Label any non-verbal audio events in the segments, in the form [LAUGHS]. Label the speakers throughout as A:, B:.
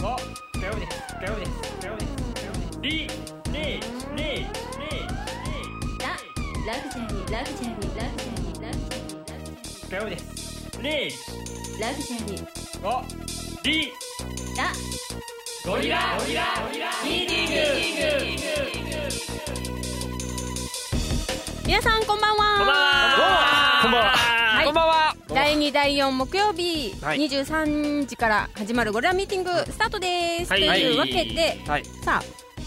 A: 五、火曜日です。火曜日です。火曜日です。火曜日です。り、り、り、り、
B: ララグジュアリーラグジュアリーラグジュアリーラグジュア
A: 火曜日
B: リー
A: です。り、
B: ラグジュアリー
A: 五、り、
B: ラ
A: ゴリラ、ゴリラ、ゴリラ、ミーティング。
C: 皆さんこんばんは
A: こんばんは。
D: こんばんは
C: はい
D: こんばんは。
C: 第2第4木曜日、
D: はい
C: 23時から始まるゴリラミーティングスタートです、
D: はい
C: というわけで、
D: はい。
C: さ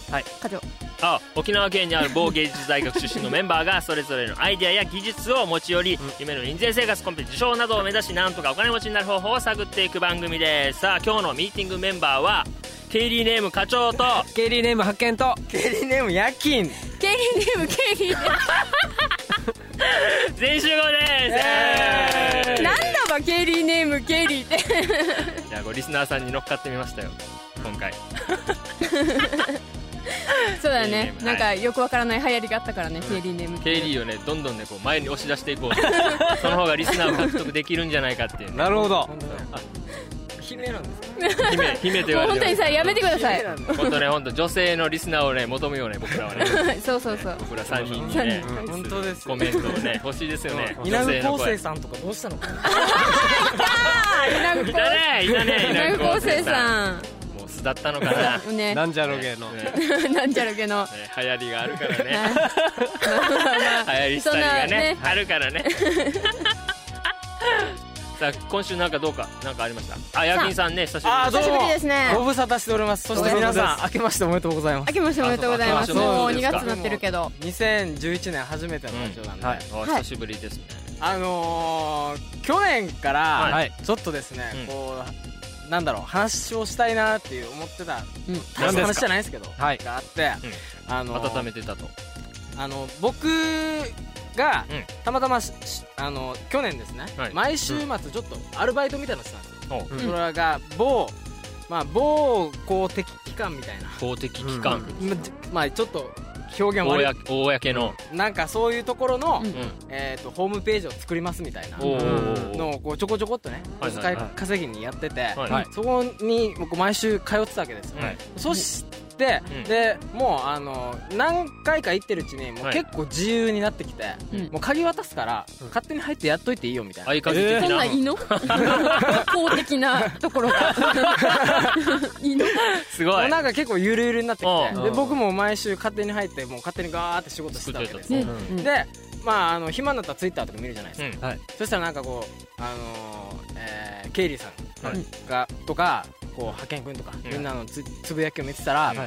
C: あ、
D: はい
C: 課長
E: あ沖縄県にある某芸術大学出身のメンバーがそれぞれのアイデアや技術を持ち寄り、夢の印税生活コンペ受賞などを目指しなんとかお金持ちになる方法を探っていく番組ですさあ今日のミーティングメンバーはケイリーネーム課長と
D: ケリーネーム発見と。
F: ケリーネーム夜勤
C: ケイリーネームケイリーネ
E: 全集合です
C: ームなんだわケイリーネームケイリーって
E: じゃあこうリスナーさんに乗っかってみましたよ今回
C: [LAUGHS]
E: ケイリーネ
C: そうだね
E: ーム
C: なんかよくわからない流行りがあったからねケイリーネーム
E: ケイリーをねどんどんねこう前に押し出してい [LAUGHS] こうその方がリスナーを獲得できるんじゃないかっていう、ね、
D: なるほど。
F: 姫なんです
E: [LAUGHS] 姫姫と言
C: も
E: わ
C: う
E: れて
C: 本当にさやめてください
F: 姫なんだ
E: 本当ね本当女性のリスナーをね求めようね僕らはね
C: [LAUGHS] そうそうそう
E: [LAUGHS] 僕ら3人にね
F: うん本当です
E: コメントをね欲しいですよね
F: 稲
E: 女
F: 具
E: 性の
F: 昴生
E: 声
F: さんとかどうしたのかな
C: あー稲
E: い
C: 子
E: たねいたね
C: 稲子
E: こ
C: 昴生さ
E: もう巣だったのかなね
C: んね
D: なんじゃろげの。
E: ね
C: なんちゃらけの
E: 流行りがあるから
C: [LAUGHS]
E: ね流行りス
C: そん
E: タ
C: な
E: イルがね
C: ね
E: あるからねさあ今週なんかどうかなんかありましたあヤギンさんね久しぶり
F: あ
E: で
F: ど
C: 久し
F: うも
C: ぶりですね
F: ご無沙汰しておりますそして皆さん明けましておめでとうございま
C: 明
F: す
C: けましておめでとうございます
E: あ
C: も
E: そううか
C: 2月になってるけど
F: 2011年初めてのラジオなんで、
D: うんはい
E: すお久しぶりですね
F: あのー、去年か
D: は
F: ら
D: い
F: ちょっとですね、
E: うん
F: こうなんだろう話をしたいなっていう思ってた
C: うん
F: 大した
D: 何です
F: 話
D: か
F: じゃないですけど
D: はい
F: があって、あのー
E: 温めてたと
F: あの僕が
E: うん
F: たまたまししあの去年ですね、
E: はい
F: 毎週末ちょっとアルバイトみたいなのしてたんですよ、
E: お
D: うん
F: それが某まあ某公的機関みたいな
E: 公的機関
F: まじ [LAUGHS] まあちょっと表現
E: 公
F: 悪
E: や公の
F: いなんかそういうところの、
C: う
E: う
C: ん
E: ん
F: えー、とホームページを作りますみたいな
E: おー
F: のをこうちょこちょこっとね
E: は
F: お
E: いはい
F: 使
E: はい
F: い稼ぎにやってて、
E: はい
D: はい
F: そこに僕毎週通ってたわけですよ、
E: はい
F: そして、
E: うん
F: でもうあの何回か行ってるうちにもう
E: はい
F: 結構自由になってきて、
C: うん
F: もう鍵渡すから勝手に入ってやっといていいよみたいな、
E: 合鍵的
C: そん
E: な
C: な胃 [LAUGHS] の公的なところが胃の
E: すご
F: も
E: いう
F: なんか結構ゆるゆるになってき
E: う
F: て
D: ん
F: で僕も毎週勝手に入ってもう勝手にガーって仕事してたわけです
E: 作
F: よ
C: ね
D: う
F: でまああの暇になったらツイッターとか見るじゃないです
E: う
F: か、
E: ん
F: そしたらなんかこうあのーえーケイリーさんが、
E: はい
F: とかこう派遣君とか、
E: うん
F: みんなのつつぶやきを見てたら、
E: はい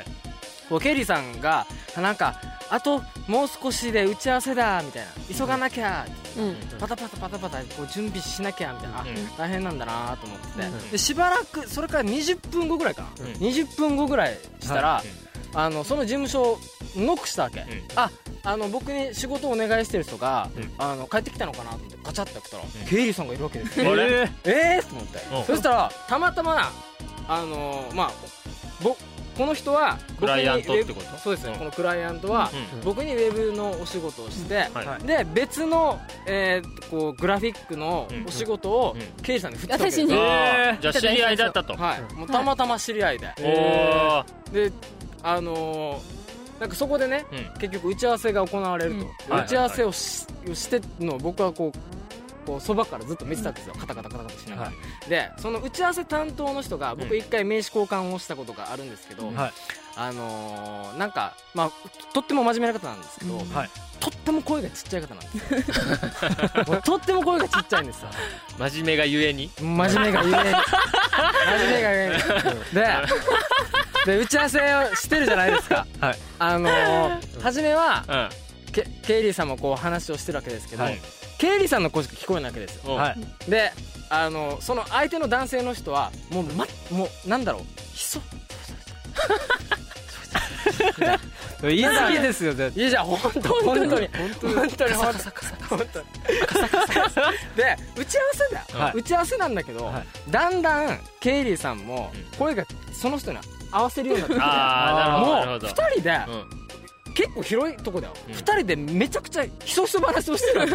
F: こうケイリーさんがなんかあともう少しで打ち合わせだみたいな急がなきゃ、
C: うん
F: パタパタパタパタこう準備しなきゃみたいな、あ
E: うん
F: 大変なんだなと思ってて、
E: うん
F: でしばらくそれから20分後ぐらいかな、
E: うん
F: 20分後ぐらいしたら、
E: い
F: あのその事務所をノックしたわけ、
E: ん
F: ああの僕に仕事をお願いしてる人が、
E: うん
F: あの帰ってきたのかなと思ってガチャって開けたら、経理さんがいるわけですよ
E: あれ
F: えー、と思って
E: うん
F: そしたらたまたまあのーまあぼこの人は僕に
E: クライアント
F: ウェ
E: って
F: ブ
E: こと
F: そうですね、
E: うん
F: このクライアントは、
E: うん
F: 僕にウェブのお仕事をして、
E: はい
D: は
F: で別の、えーこうグラフィックのお仕事を
E: うんうん
F: 経理さんに振ってたわけです
C: 私に
F: よ、
E: あーじゃあ知り合いだったと
F: はい、もうたまたま知り合いで、
E: おー
F: であのーなんかそこでね、
E: うん
F: 結局打ち合わせが行われると、
C: うん
F: で
E: はい
F: 打ち合わせをし,、してのを僕はこうこうそばからずっと見てたんですよ、カタカタカタカタしながら、
D: は
F: でその打ち合わせ担当の人が
E: う
F: 僕
E: ん
F: 一回名刺交換をしたことがあるんですけど、
D: はい
F: あのーなんか、まあ、とっても真面目な方なんですけど、
C: うん
D: はい
F: とっても声がちっちゃい方なんですよ [LAUGHS] もうとっても声がちっちゃいんですよ
E: 真面目がゆえに
F: 真面目が言えない真面目が言えないでで打ち合わせをしてるじゃないですか
D: はい
F: あのー初めは
E: うん
F: ケケイリーさんもこう話をしてるわけですけど、
E: はい
F: ケイリーさんの声しか聞こえないわけですよ
E: お
D: はい。
F: であのその相手の男性の人はもう,、ま、もうなんだろうひそ
D: 言い過ぎですよ、絶
F: いやじゃあ本当本当に本当に本当に本当にで打ち合わせだよ、
D: はい
F: 打ち合わせなんだけど、
D: は
F: だんだんケイリーさんも
E: うん
F: 声がその人に合わせるようになってきて
D: [LAUGHS]
E: あーなるほどな
F: もう
E: るほど
F: 2人で、
E: うん
F: 結構広いとこだよ、
E: うん
D: [LAUGHS]
F: 2人でめちゃくちゃひそひそ話をしてるわけ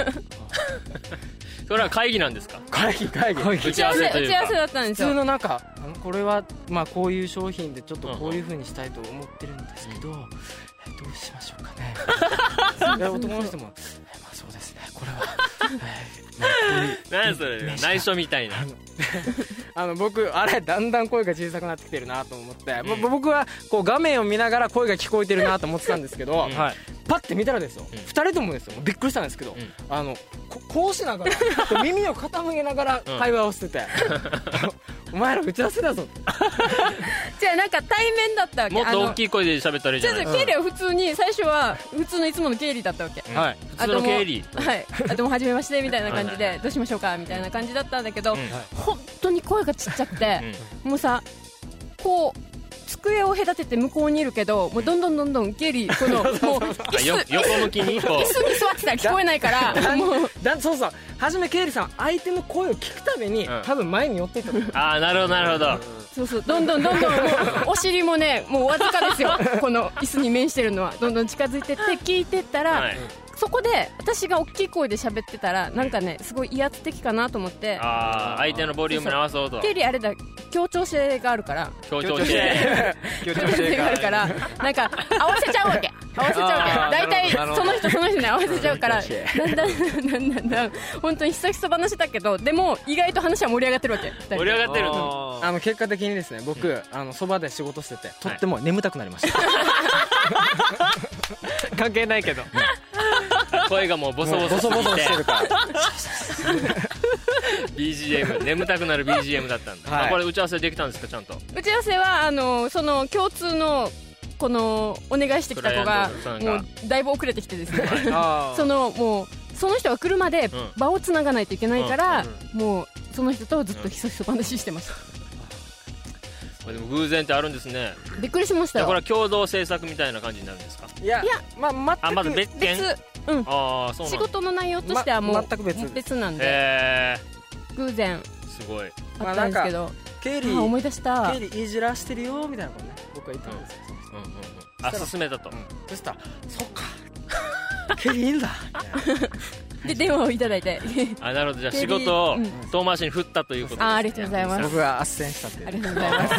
D: それは会議なんですか
F: 会議会議
C: 打
D: 打
C: ち
D: ち
C: 合
D: 合
C: わ
D: わ
C: せ打
D: せという
C: ち合わせ
D: か
C: だったんで
F: 普
C: す
F: 通
C: よ
F: の中これはまあこういう商品でちょっとこういう風にしたいと思ってるんですけど、えどうしましょうか
D: [LAUGHS]
F: ねえ男の人もえまあそうですねこれは、えまあこ
D: 何それ内緒みたいな
F: ういうあの僕あれだんだん声が小さくなってきてるなと思って、ぼ
D: うん
F: 僕はこう画面を見ながら声が聞こえてるなと思ってたんですけど、
D: うん
G: はい
F: パッて見たらですよ、
D: うん
F: 2人ともですよもうびっくりしたんですけど、
D: うん
F: あのここうしながら耳を傾けながら
D: うん
F: 会話をしてて、
D: [LAUGHS]
F: お前ら打ち合わせだぞ
C: じゃあなんか対面だったわけ
D: もっと
C: あ
D: 大
C: の
D: きい声で喋ったらいい
C: じ
D: じゃ
C: ゃあじゃ
D: ない
C: あ経理は普通に最初は普通のいつもの経理だったわけ
D: うん
G: はい
D: 普通の経理
C: あどうもはいあどうもはじめましてみたいな感じでどうしましょうかみたいな感じだったんだけど
D: うん
C: 本当に声がちっちゃくてもうさこう机を隔てて向こうにいるけどもうどんどんどんどん経理こ [LAUGHS] のもう椅
D: あよ
C: 子
D: 横向きにこ
C: 椅子に座ってたら聞こ [LAUGHS] えないからもう
F: [LAUGHS] だそうそうはじめ経理さん相手の声を聞くために、
D: うん
F: 多分前に寄っていった
G: [LAUGHS]
F: の
D: うああなるほどなるほど
C: そうそうどんどんどんどんもうお尻もねもうわずかですよこの椅子に面してるのはどんどん近づいてって聞いてったら、
D: はい
C: そこで私が大きい声で喋ってたらなんかねすごい威圧的かなと思って
D: ああ相手のボリュームに合わそうと
C: テリーあれだ協調性があるから
D: 強調して
G: 協
C: 協調性があるからなんか合わせちゃう [LAUGHS] わけ合わせちゃうわけ大体
G: なるほ
C: そ
G: ど
C: の人その人に合わせちゃうからだんだんだんだんだん本当に久々話だけどでも意外と話は盛り上がってるわけ二人
D: 盛り上がってると
G: あ
F: あの結果的にですね僕、あのそばで仕事しててとっても眠たくなりました、
G: ー [LAUGHS] 関係ないけど
D: 声がもうボソ
F: も
D: ボ
F: うボ
D: ソ
F: ソボソ
D: す
F: して
G: [LAUGHS]
F: るから
D: ぎて BGM 眠たくなる BGM だったんだ
F: はい
D: あこれ打ち合わせできたんですかちゃんと
C: 打ち合わせはあのその共通のこのお願いしてきた子が
D: クライアントさん
C: も
D: が
C: うだいぶ遅れてきてですね
G: あ
C: そのもうその人が車で
D: ん
C: 場をつながないといけないから、
G: うん
C: もうその人とずっとひそひそ話してました、
D: でも偶然ってあるんですね
C: びっくりしまし
D: じ
C: た
D: ゃあ
C: よ
D: これは共同制作みたいな感じになるんですか
F: いや
C: いや
F: まあ全く
D: あまず別件
C: 別うん
D: ああそう
C: 仕
D: なんだ
C: 事の内容としてはもう、
F: ま全く別です
C: なんで
D: へ
C: 偶然
D: えすごい
C: あったんですけど、
F: 経
C: あ
F: 理
C: 思い出した
F: 経理いじらしてるよみたいなことね僕は言ったんですよ、
D: うんうんうんあ進めたと
F: そしたら「そっ
G: [LAUGHS]
F: か経理いいんだ」
C: で電話をいただいて [LAUGHS]
D: あなるほどじゃあ
C: 経理
D: 仕事を
C: うん
D: 遠回しに振ったということですね
C: あーありがとうございます
F: 僕が斡旋したってい
C: あ
F: う
C: りがとうございます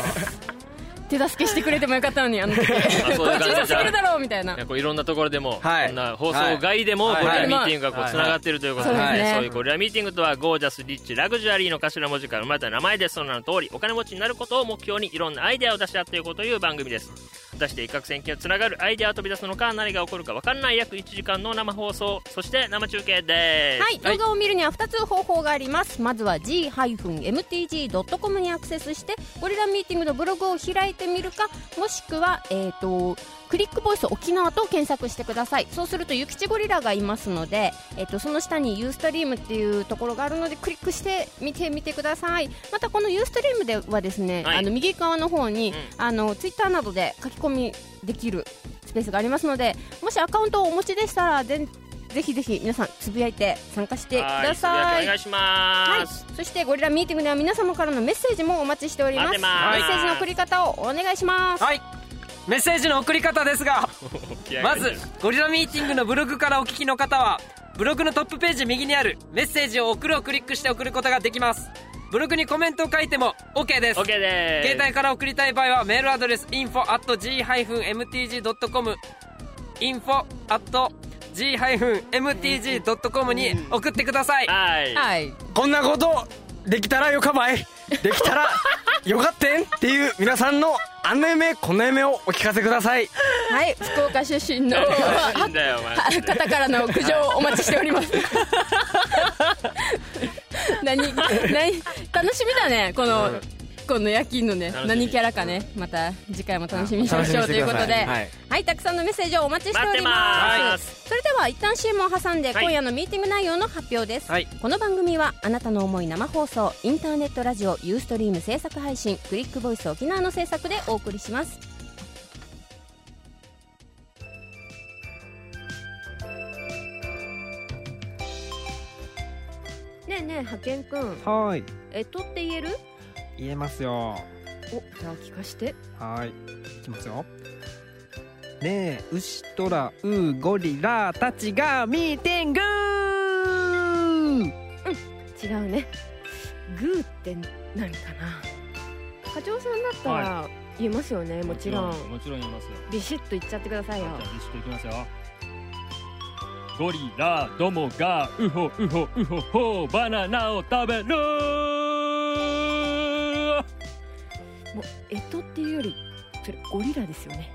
C: 手助けしてくれてもよかったのにあの時こ
D: あそういう
C: れ注意し
D: 感じ
C: てくれだろうみたいない
D: やこういろんなところでも、
F: はい
D: こんな放送外でも、
F: はい
D: ゴ
F: は
D: リラ
F: い
D: ミーティングがこう
F: はい
D: つながってるということで、
C: そうですね
D: そういうゴリラミーティングとはゴージャスリッチラグジュアリーの頭文字から生まれた名前でその名の通りお金持ちになることを目標にいろんなアイデアを出し合っていこうという番組です果たして一攫千金をつながるアイデアを飛び出すのか何が起こるか分からない約1時間の生放送そして生中継です
C: はい、動画を見るには2つ方法がありますまずは g-mtg.com にアクセスしてゴリラミーティングのブログを開いてみるかもしくは、えー、とクリックボイス沖縄と検索してくださいそうすると諭吉ゴリラがいますので、えー、とその下にユーストリームっていうところがあるのでクリックして見てみてくださいまたこのユーストリームではですね、
D: はい
C: あの右側の方に、
D: う
C: あのツイッターなどで書き込みできるスペースがありますのでもしアカウントをお持ちでしたらぜんぜひぜひ皆さんつぶやいて参加してく
D: は
C: だ
D: つぶや
C: さ
D: きお
C: い
D: 願いしま
C: はい
D: す、、
C: そしてゴリラミーティングでは皆様からのメッセージもお待ちしております
D: 待ってます
C: メッセージの送り方をお願いします、
G: はいメッセージの送り方ですがまずゴリラミーティングのブログからお聞きの方はブログのトップページ右にある「メッセージを送る」をクリックして送ることができますブログにコメントを書いても OK です
D: OK です
G: 携帯から送りたい場合はメールアドレス info.g-mtg.com info.g-mtg.com に送ってください
D: はい、
C: はい、
F: こんなことできたらよかばいできたらよかってんっていう皆さんのあんな夢こんな夢をお聞かせください
C: はい、福岡出身
D: [LAUGHS]
C: の
D: おか [LAUGHS] しいんだよマジで
C: 方からの苦情をお待ちしております
F: [LAUGHS]
C: 何何楽しみだねこの、この夜勤のね
D: 楽しみ
C: 何キャラかねまた次回も楽しみにしましょう
F: 楽し
C: と
F: みに
C: いう
F: してく
C: こ
F: だ
C: と
F: さい
C: で、は
F: はいい、
C: たくさんのメッセージをお待ちしており
D: 待って
C: ま
D: ますす
C: それでは一旦 CM を挟んで、
D: はい
C: 今夜のミーティング内容の発表です、
G: はい
C: この番組はあなたの思い生放送インターネットラジオユーストリーム制作配信クリックボイス沖縄の制作でお送りしますねえねえ派遣くん
H: はい
C: えとって言える
H: 言えますよ
C: おじゃあ聞かして
H: はいいきますよねえ牛とらうゴリラたちがミーティング
C: 違うねグーって何かな課長さんだったら言いますよね、 [LAUGHS] もちろん
E: もちろん言いますよ
C: ビシッと言っちゃってください
E: じ
C: よ
E: ゃあビシッといきますよゴリラどもがウホウホウホホバナナを食べる
C: もうえとっていうよりそれゴリラですよね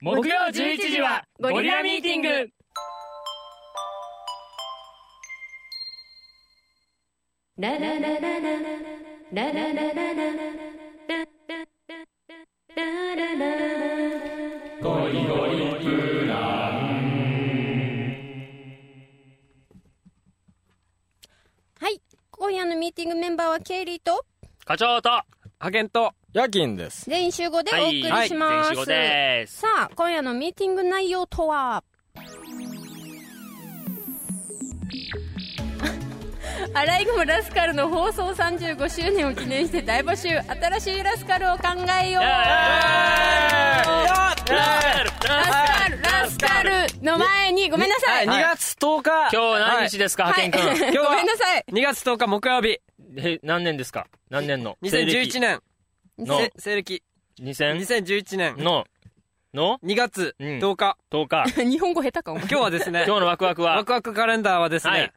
E: 木曜11時はゴリラミーティング
B: ラララララララララララララララ
C: はい今夜のミーティングメンバーはケイリーと
D: 課長と
I: 派遣と
F: 夜勤です
C: 全員集合でお送りします、
D: 全集合です
C: さあ今夜のミーティング内容とは [LAUGHS] アライグマラスカルの放送35周年を記念して大募集新しいラスカルを考えよう
D: ラ
C: ラスカルラスカルの前にごめんなさい、
I: 2月10日
D: 今日何日ですか、
C: はい、
D: 派遣
I: 今日は
C: ごめんなさい
I: 2月10日木曜日
D: 君。え、何年ですか何年
I: [LAUGHS]
D: の
I: 2011年
D: の
I: せ西暦
D: 2000
I: 2011年
D: の、の
I: 2月
D: うん
I: 10日
D: ?10 日。
C: 日本語下手かお前
I: 今日はです [LAUGHS] ね
D: 今日のワクワク
I: ワ
D: は、
I: クワクカレンダーはです
D: はい
I: ね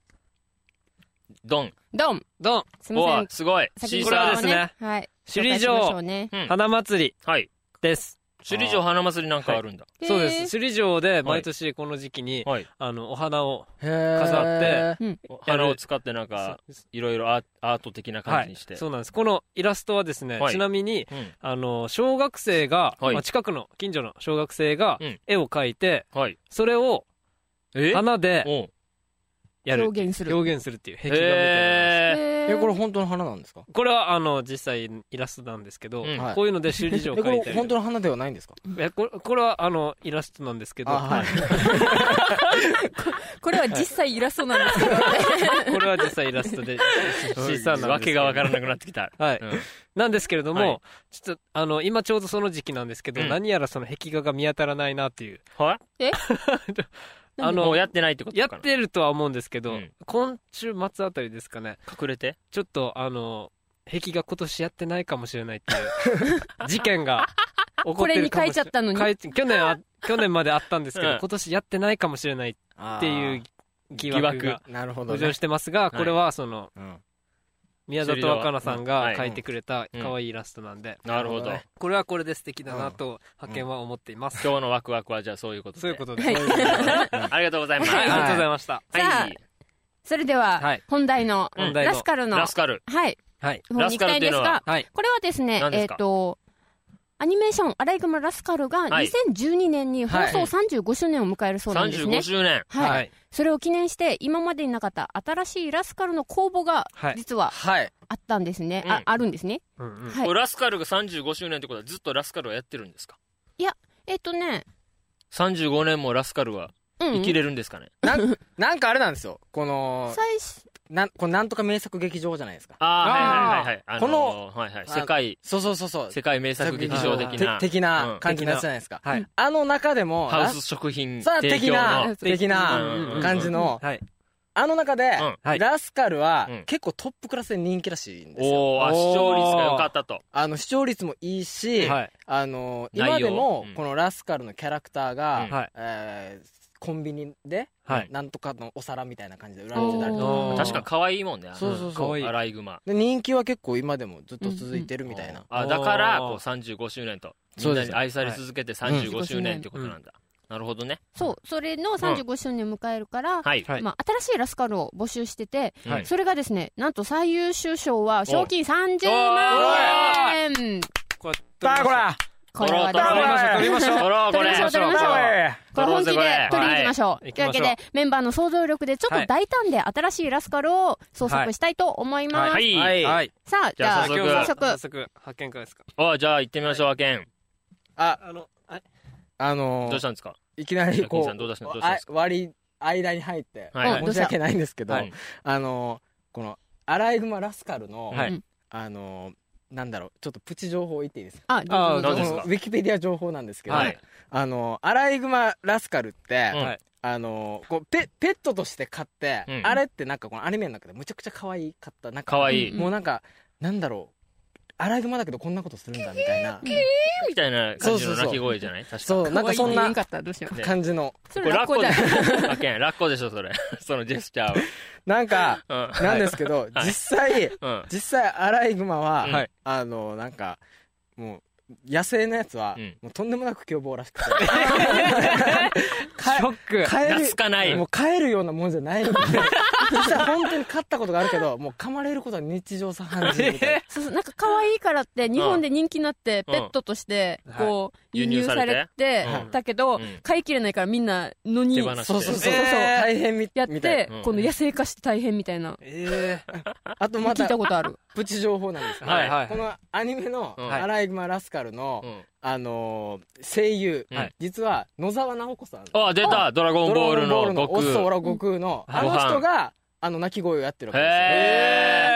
D: ドン。
C: ドン
I: ドン
C: すみ
D: お
C: ま
D: わすごい。
C: せん
D: シ
C: 先に
D: ー
I: これ
D: サ
I: は
D: ー
I: ですね
C: はい
I: 首
C: 紹介しま
I: 里
C: しょ
I: 城
C: うね
D: うん
I: 花祭り
D: はい。
I: です
D: 首里城花祭りなんかあるんだ。
C: へー
I: そうです首里城で毎年この時期に
D: はい。
I: あのお花を
H: 飾
I: って
D: お花を使ってなんか、いろいろアーアート的な感
I: は
D: じに
I: い
D: して。
I: そうなんですこのイラストはですね
D: はい
I: ちなみに
D: うん。
I: あの小学生が
D: はい
I: まあ近くの近所の小学生が
D: うん
I: 絵を描いて
D: はい。
I: それを
D: え
I: 花で
D: おう
I: やる
C: 表現する
I: 表現するっていう壁画みたいなのを
D: へ
C: え
F: えこれ本当の花なんですか
I: これはあの実際イラストなんですけど、
D: うん
F: はい
I: こういうので修理
F: え
I: 場を
F: こ
I: 描い
F: れ
I: て
F: 本当の花ではないんですか
I: これこれはあのイラストなんですけど、
F: い
C: これは実際イラストなんですけど
I: [LAUGHS] これは実際イラスト
D: [LAUGHS]
I: で小さな
D: わけがわから
I: い
D: なくなってきた。
I: はい、
D: うん
I: なんですけれども、
D: はい
I: ちょっとあの今ちょうどその時期なんですけど、
D: うん
I: 何やらその壁画が見当たらないなっていう
D: はい。
I: [LAUGHS] あ
D: も
I: の
D: う
I: や
D: やってないってことかな
I: ってるとは思うんですけど、
D: うん
I: 今週末あたりですかね
D: 隠れて
I: ちょっとあの壁画今年やってないかもしれないっていう [LAUGHS] 事件が起こ
C: こ
I: っ
C: れ
I: てる
C: に
I: か
C: 書
I: も
C: い
I: しれない
C: ちゃったのに
I: かい去年あ去年まであったんですけど、
D: うん
I: 今年やってないかもしれないっていう疑惑
D: 疑
I: が
F: なるほど
I: 浮
F: ね
I: 上してますが、これはその
F: うん
I: 宮里若菜さん
D: うんは
I: が
D: い
I: 描いてくれた
D: うん
I: 可愛いイラストなんで、
D: なるほど。
F: ね
I: これはこれで素敵だなと派遣は思っています、
D: 今日のワクワクはじゃあそういうことで。
I: そういうことで、
C: はい
I: そういうことで
D: ありがとうございます。
I: ありがとうご
D: は
I: ざいました、
D: い。
C: さあ [LAUGHS] それでは、
I: はい
C: 本題の
D: うん
C: ラスカルの、
D: ラスカル。
C: はい、
I: はい
C: 方に行きたいんです
D: ラスカル
C: が、
I: ははい
C: これはですね、
D: 何で
C: え
D: す
C: っ、
D: か
C: と、アニメーション、アライグマラスカルが
D: はい
C: 2012年に放送
D: はい
C: 35周年を迎えるそうなんですね
D: 35。周年。
C: はい。
I: はい
C: それを記念して、今までになかった新しいラスカルの公募が
I: はい、
C: 実は
F: はい
C: あったんですね。
D: うん
C: ああるんですね。
I: うんうん
C: はい
D: これラスカルが35周年ってことはずっとラスカルはやってるんですか
C: えっ、とね、
D: 35年もラスカルは
C: うん、
D: 生きれるんですかね、
F: なん [LAUGHS] なんかあれなんですよこの
C: 最初
F: なんこのなんとか名作劇場じゃないですか
D: ああ、はいはいはいはい。あ
F: こ
D: のーはいはい。
F: あ
D: 世界、
F: そうそうそうそう
D: 世界名作劇場的な。
F: て的
D: うん
F: な感じになってたじゃないですか、
I: はい
F: あの中でも
D: ハウス食品
F: さあ
D: 提
F: 的
D: 供
F: な
D: の。
F: 的
D: うんうんうんう
F: なん感じの
I: はい
F: あの中で、
D: ん
I: はい
F: ラスカルは
D: うん
F: 結構トップクラスで人気らしいんですよ
D: おーあ、視聴率が良かったと。
F: あの視聴率もいいし、
I: はい
F: あの今
D: 内容
F: でも
D: うん
F: このラスカルのキャラクターが、
D: うん
I: はい
F: えーコンビニで
I: はい
F: なんとかのお皿みたいな感じで売られてたりと
C: おー
D: 確か可愛いもんね。あの
F: そうそうそう
I: 可愛い
D: アライグマ。
F: で人気は結構今でもずっと続いてるみたいな、
D: あ、だから、
I: おー
D: こう35周年と。み
F: そ
D: ん
F: う
D: な
F: です
D: に愛され続けて35周年ってことなんだ。なるほどね。
C: そう、それの35周年を迎えるから、
D: はい。
I: はい
C: まあ、新しいラスカルを募集してて、
D: はい
C: それがですね、なんと最優秀賞は賞金30万円
I: これ
F: だこら
C: これは
D: 取ろう
F: 取
I: りましょう
D: 取ろう、これ。
C: 取りましょう取りましょうこれ本気で取りに行きましょう。
I: はい
C: というわけで
I: 行き、
C: メンバーの想像力でちょっと大胆で新しいラスカルを創作したいと思います。
D: はい。
I: はい、はい、
C: さあ、じゃあ、
D: じゃ
C: 早
D: あ
C: 速、
I: 早速発見会ですか
D: あ、じゃあ行ってみましょう、アケン。
F: あ
I: あのはい
F: あのー
D: どうしたんですか
F: いきなり
D: アケン
F: こ
D: さんどうしたん
F: う
D: ですかどうしたん
F: あ
D: ですか
F: 割り間に入って、
D: はいはい
C: うん
F: 申し訳ないんですけど、
D: はい
F: あのーこのアライグマラスカルの、
D: はい
F: あのーなんだろうちょっとプチ情報言っていいですか
C: あ、
I: あ
C: どうぞどう
D: 何
C: ぞ
D: ですか
F: このウィキペディア情報なんですけど、
D: はい
F: あのアライグマラスカルって、
D: うん
F: あのこうペペットとして飼って、
D: うん
F: あれってなんかこのアニメの中でむちゃくちゃ可愛かったなん
D: かわいい、
F: もうなんかなんだろうアライグマだけどこんなことするんだみたいな
D: みたいな感じの鳴き声じゃない確か
F: そうなんかそんな
J: よかったらどうしよう。
D: ね
F: 感じの
C: そ
D: こ
C: れ
D: れラ
C: ラ
D: ッ
C: ッコじ
D: コで
C: ゃん
D: しょあけんラッコでしょそれ [LAUGHS] そのジェスチャー
F: なんか
D: は、うん、
F: なんですけど、
D: はい
F: 実際
D: はい、うん
F: 実際アライグマは、
D: はい
F: あのなんかもう野生のやつは、
D: うん
F: もうとんでもなく凶暴らしくて
H: ショック
F: 飼える
D: 懐かない
F: もう飼えるようなもんじゃない [LAUGHS] んで実際本当に飼ったことがあるけどもう噛まれることは日常茶飯事みたいな
C: そうそうなんか可愛いからって日本で人気になって
D: うん
C: ペットとして
F: うん
C: こう
D: い
C: 輸入されて
D: 輸入されてうん
C: だけど
D: うん
C: 飼いきれないからみんな野
D: 手
C: に
D: 放して
F: そうそうそう、
H: えー
F: 大変み
C: やっ
F: みたいな
C: て
D: うん
C: 今度野生化して大変みたいな
H: え
F: あとま
C: 聞い
F: た
C: たことある
F: プチ情報なんですけど、
D: はい
H: はい
F: このアニメの
D: う
F: 「
D: ん
F: アライグマラスカルの」
D: うん
F: あのー声優、
D: はい
F: 実は野沢直子さん
D: あ出たドラゴンボール
F: ドラゴンボール
D: の悟
F: のおっそおら
D: 空
F: 悟空の、
D: うん
F: あの
D: ご
F: 人
D: 飯
F: があの鳴き声をやってるわけ
D: へ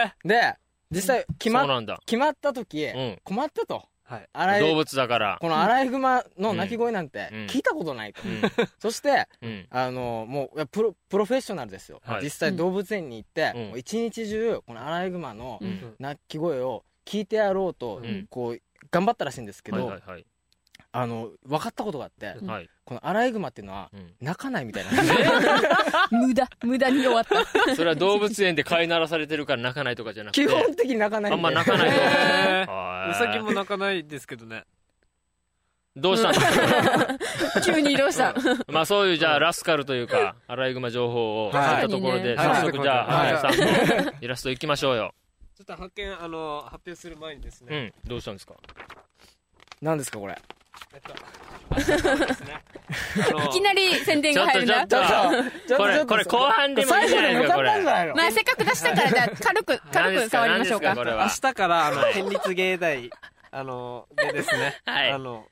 D: え
F: ですよで実際決
D: そ
F: ま
D: うなんだ
F: 決まった時、
D: うん
F: 困ったと、
H: はい
F: アライ
D: 動物だから
F: このアライグマの鳴き声なんて
D: うん
F: 聞いたことない
D: [LAUGHS]
F: と、
D: うん
F: そして
D: うん
F: あのもういやプロプロフェッショナルですよ、
D: はい
F: 実際動物園に行って、
D: うん
F: もう一日中このアライグマの
D: うん
F: 鳴き声を聞いてやろうと、
D: うん
F: こう頑張ったらしいんですけど、
D: はいはい
F: あの分かったことがあって、
D: はいはい
F: このアライグマっていうのは
D: うん
F: 泣かないみたいな
C: 無駄無駄に終わった
D: それは動物園で飼いならされてるから泣かないとかじゃなく
F: 基
D: て
F: 本的に泣かない
D: あんま泣かない動物は
H: う
D: い
H: さぎも泣かないですけどね
D: どうしたんですか
C: 急に移動した
D: まあ [LAUGHS] そういうじゃあラスカルというかアライグマ情報を知っ
F: はい
D: たところで
H: はい
D: 早速じゃあ
H: はい
D: アライさんのイラストいきましょうよ。
H: ちょっと発見あの発表する前にです
D: う
H: ね、
D: ん。どうしたんですか
F: なんですかこれ
H: えっとあそうですねあの
C: いきなり宣伝
D: ちょ
C: が
D: っと
C: 入る
D: ちょっ
C: な
D: と
F: ちょっと
D: これ
F: ちょっと
D: これ後半でもい
F: 最
D: いじゃ
F: 後
D: ない
F: で
D: で
F: 向
D: す
F: かったんじゃ
D: かこれ。
F: ないの
C: まあせっかく出したからじゃあ軽
D: [LAUGHS]
C: く軽く触りましょうか
D: 何ですかこれ
H: 明
D: は。
H: 日からあの県立
D: [LAUGHS]
H: 芸大あのでですね、
D: はい
H: あの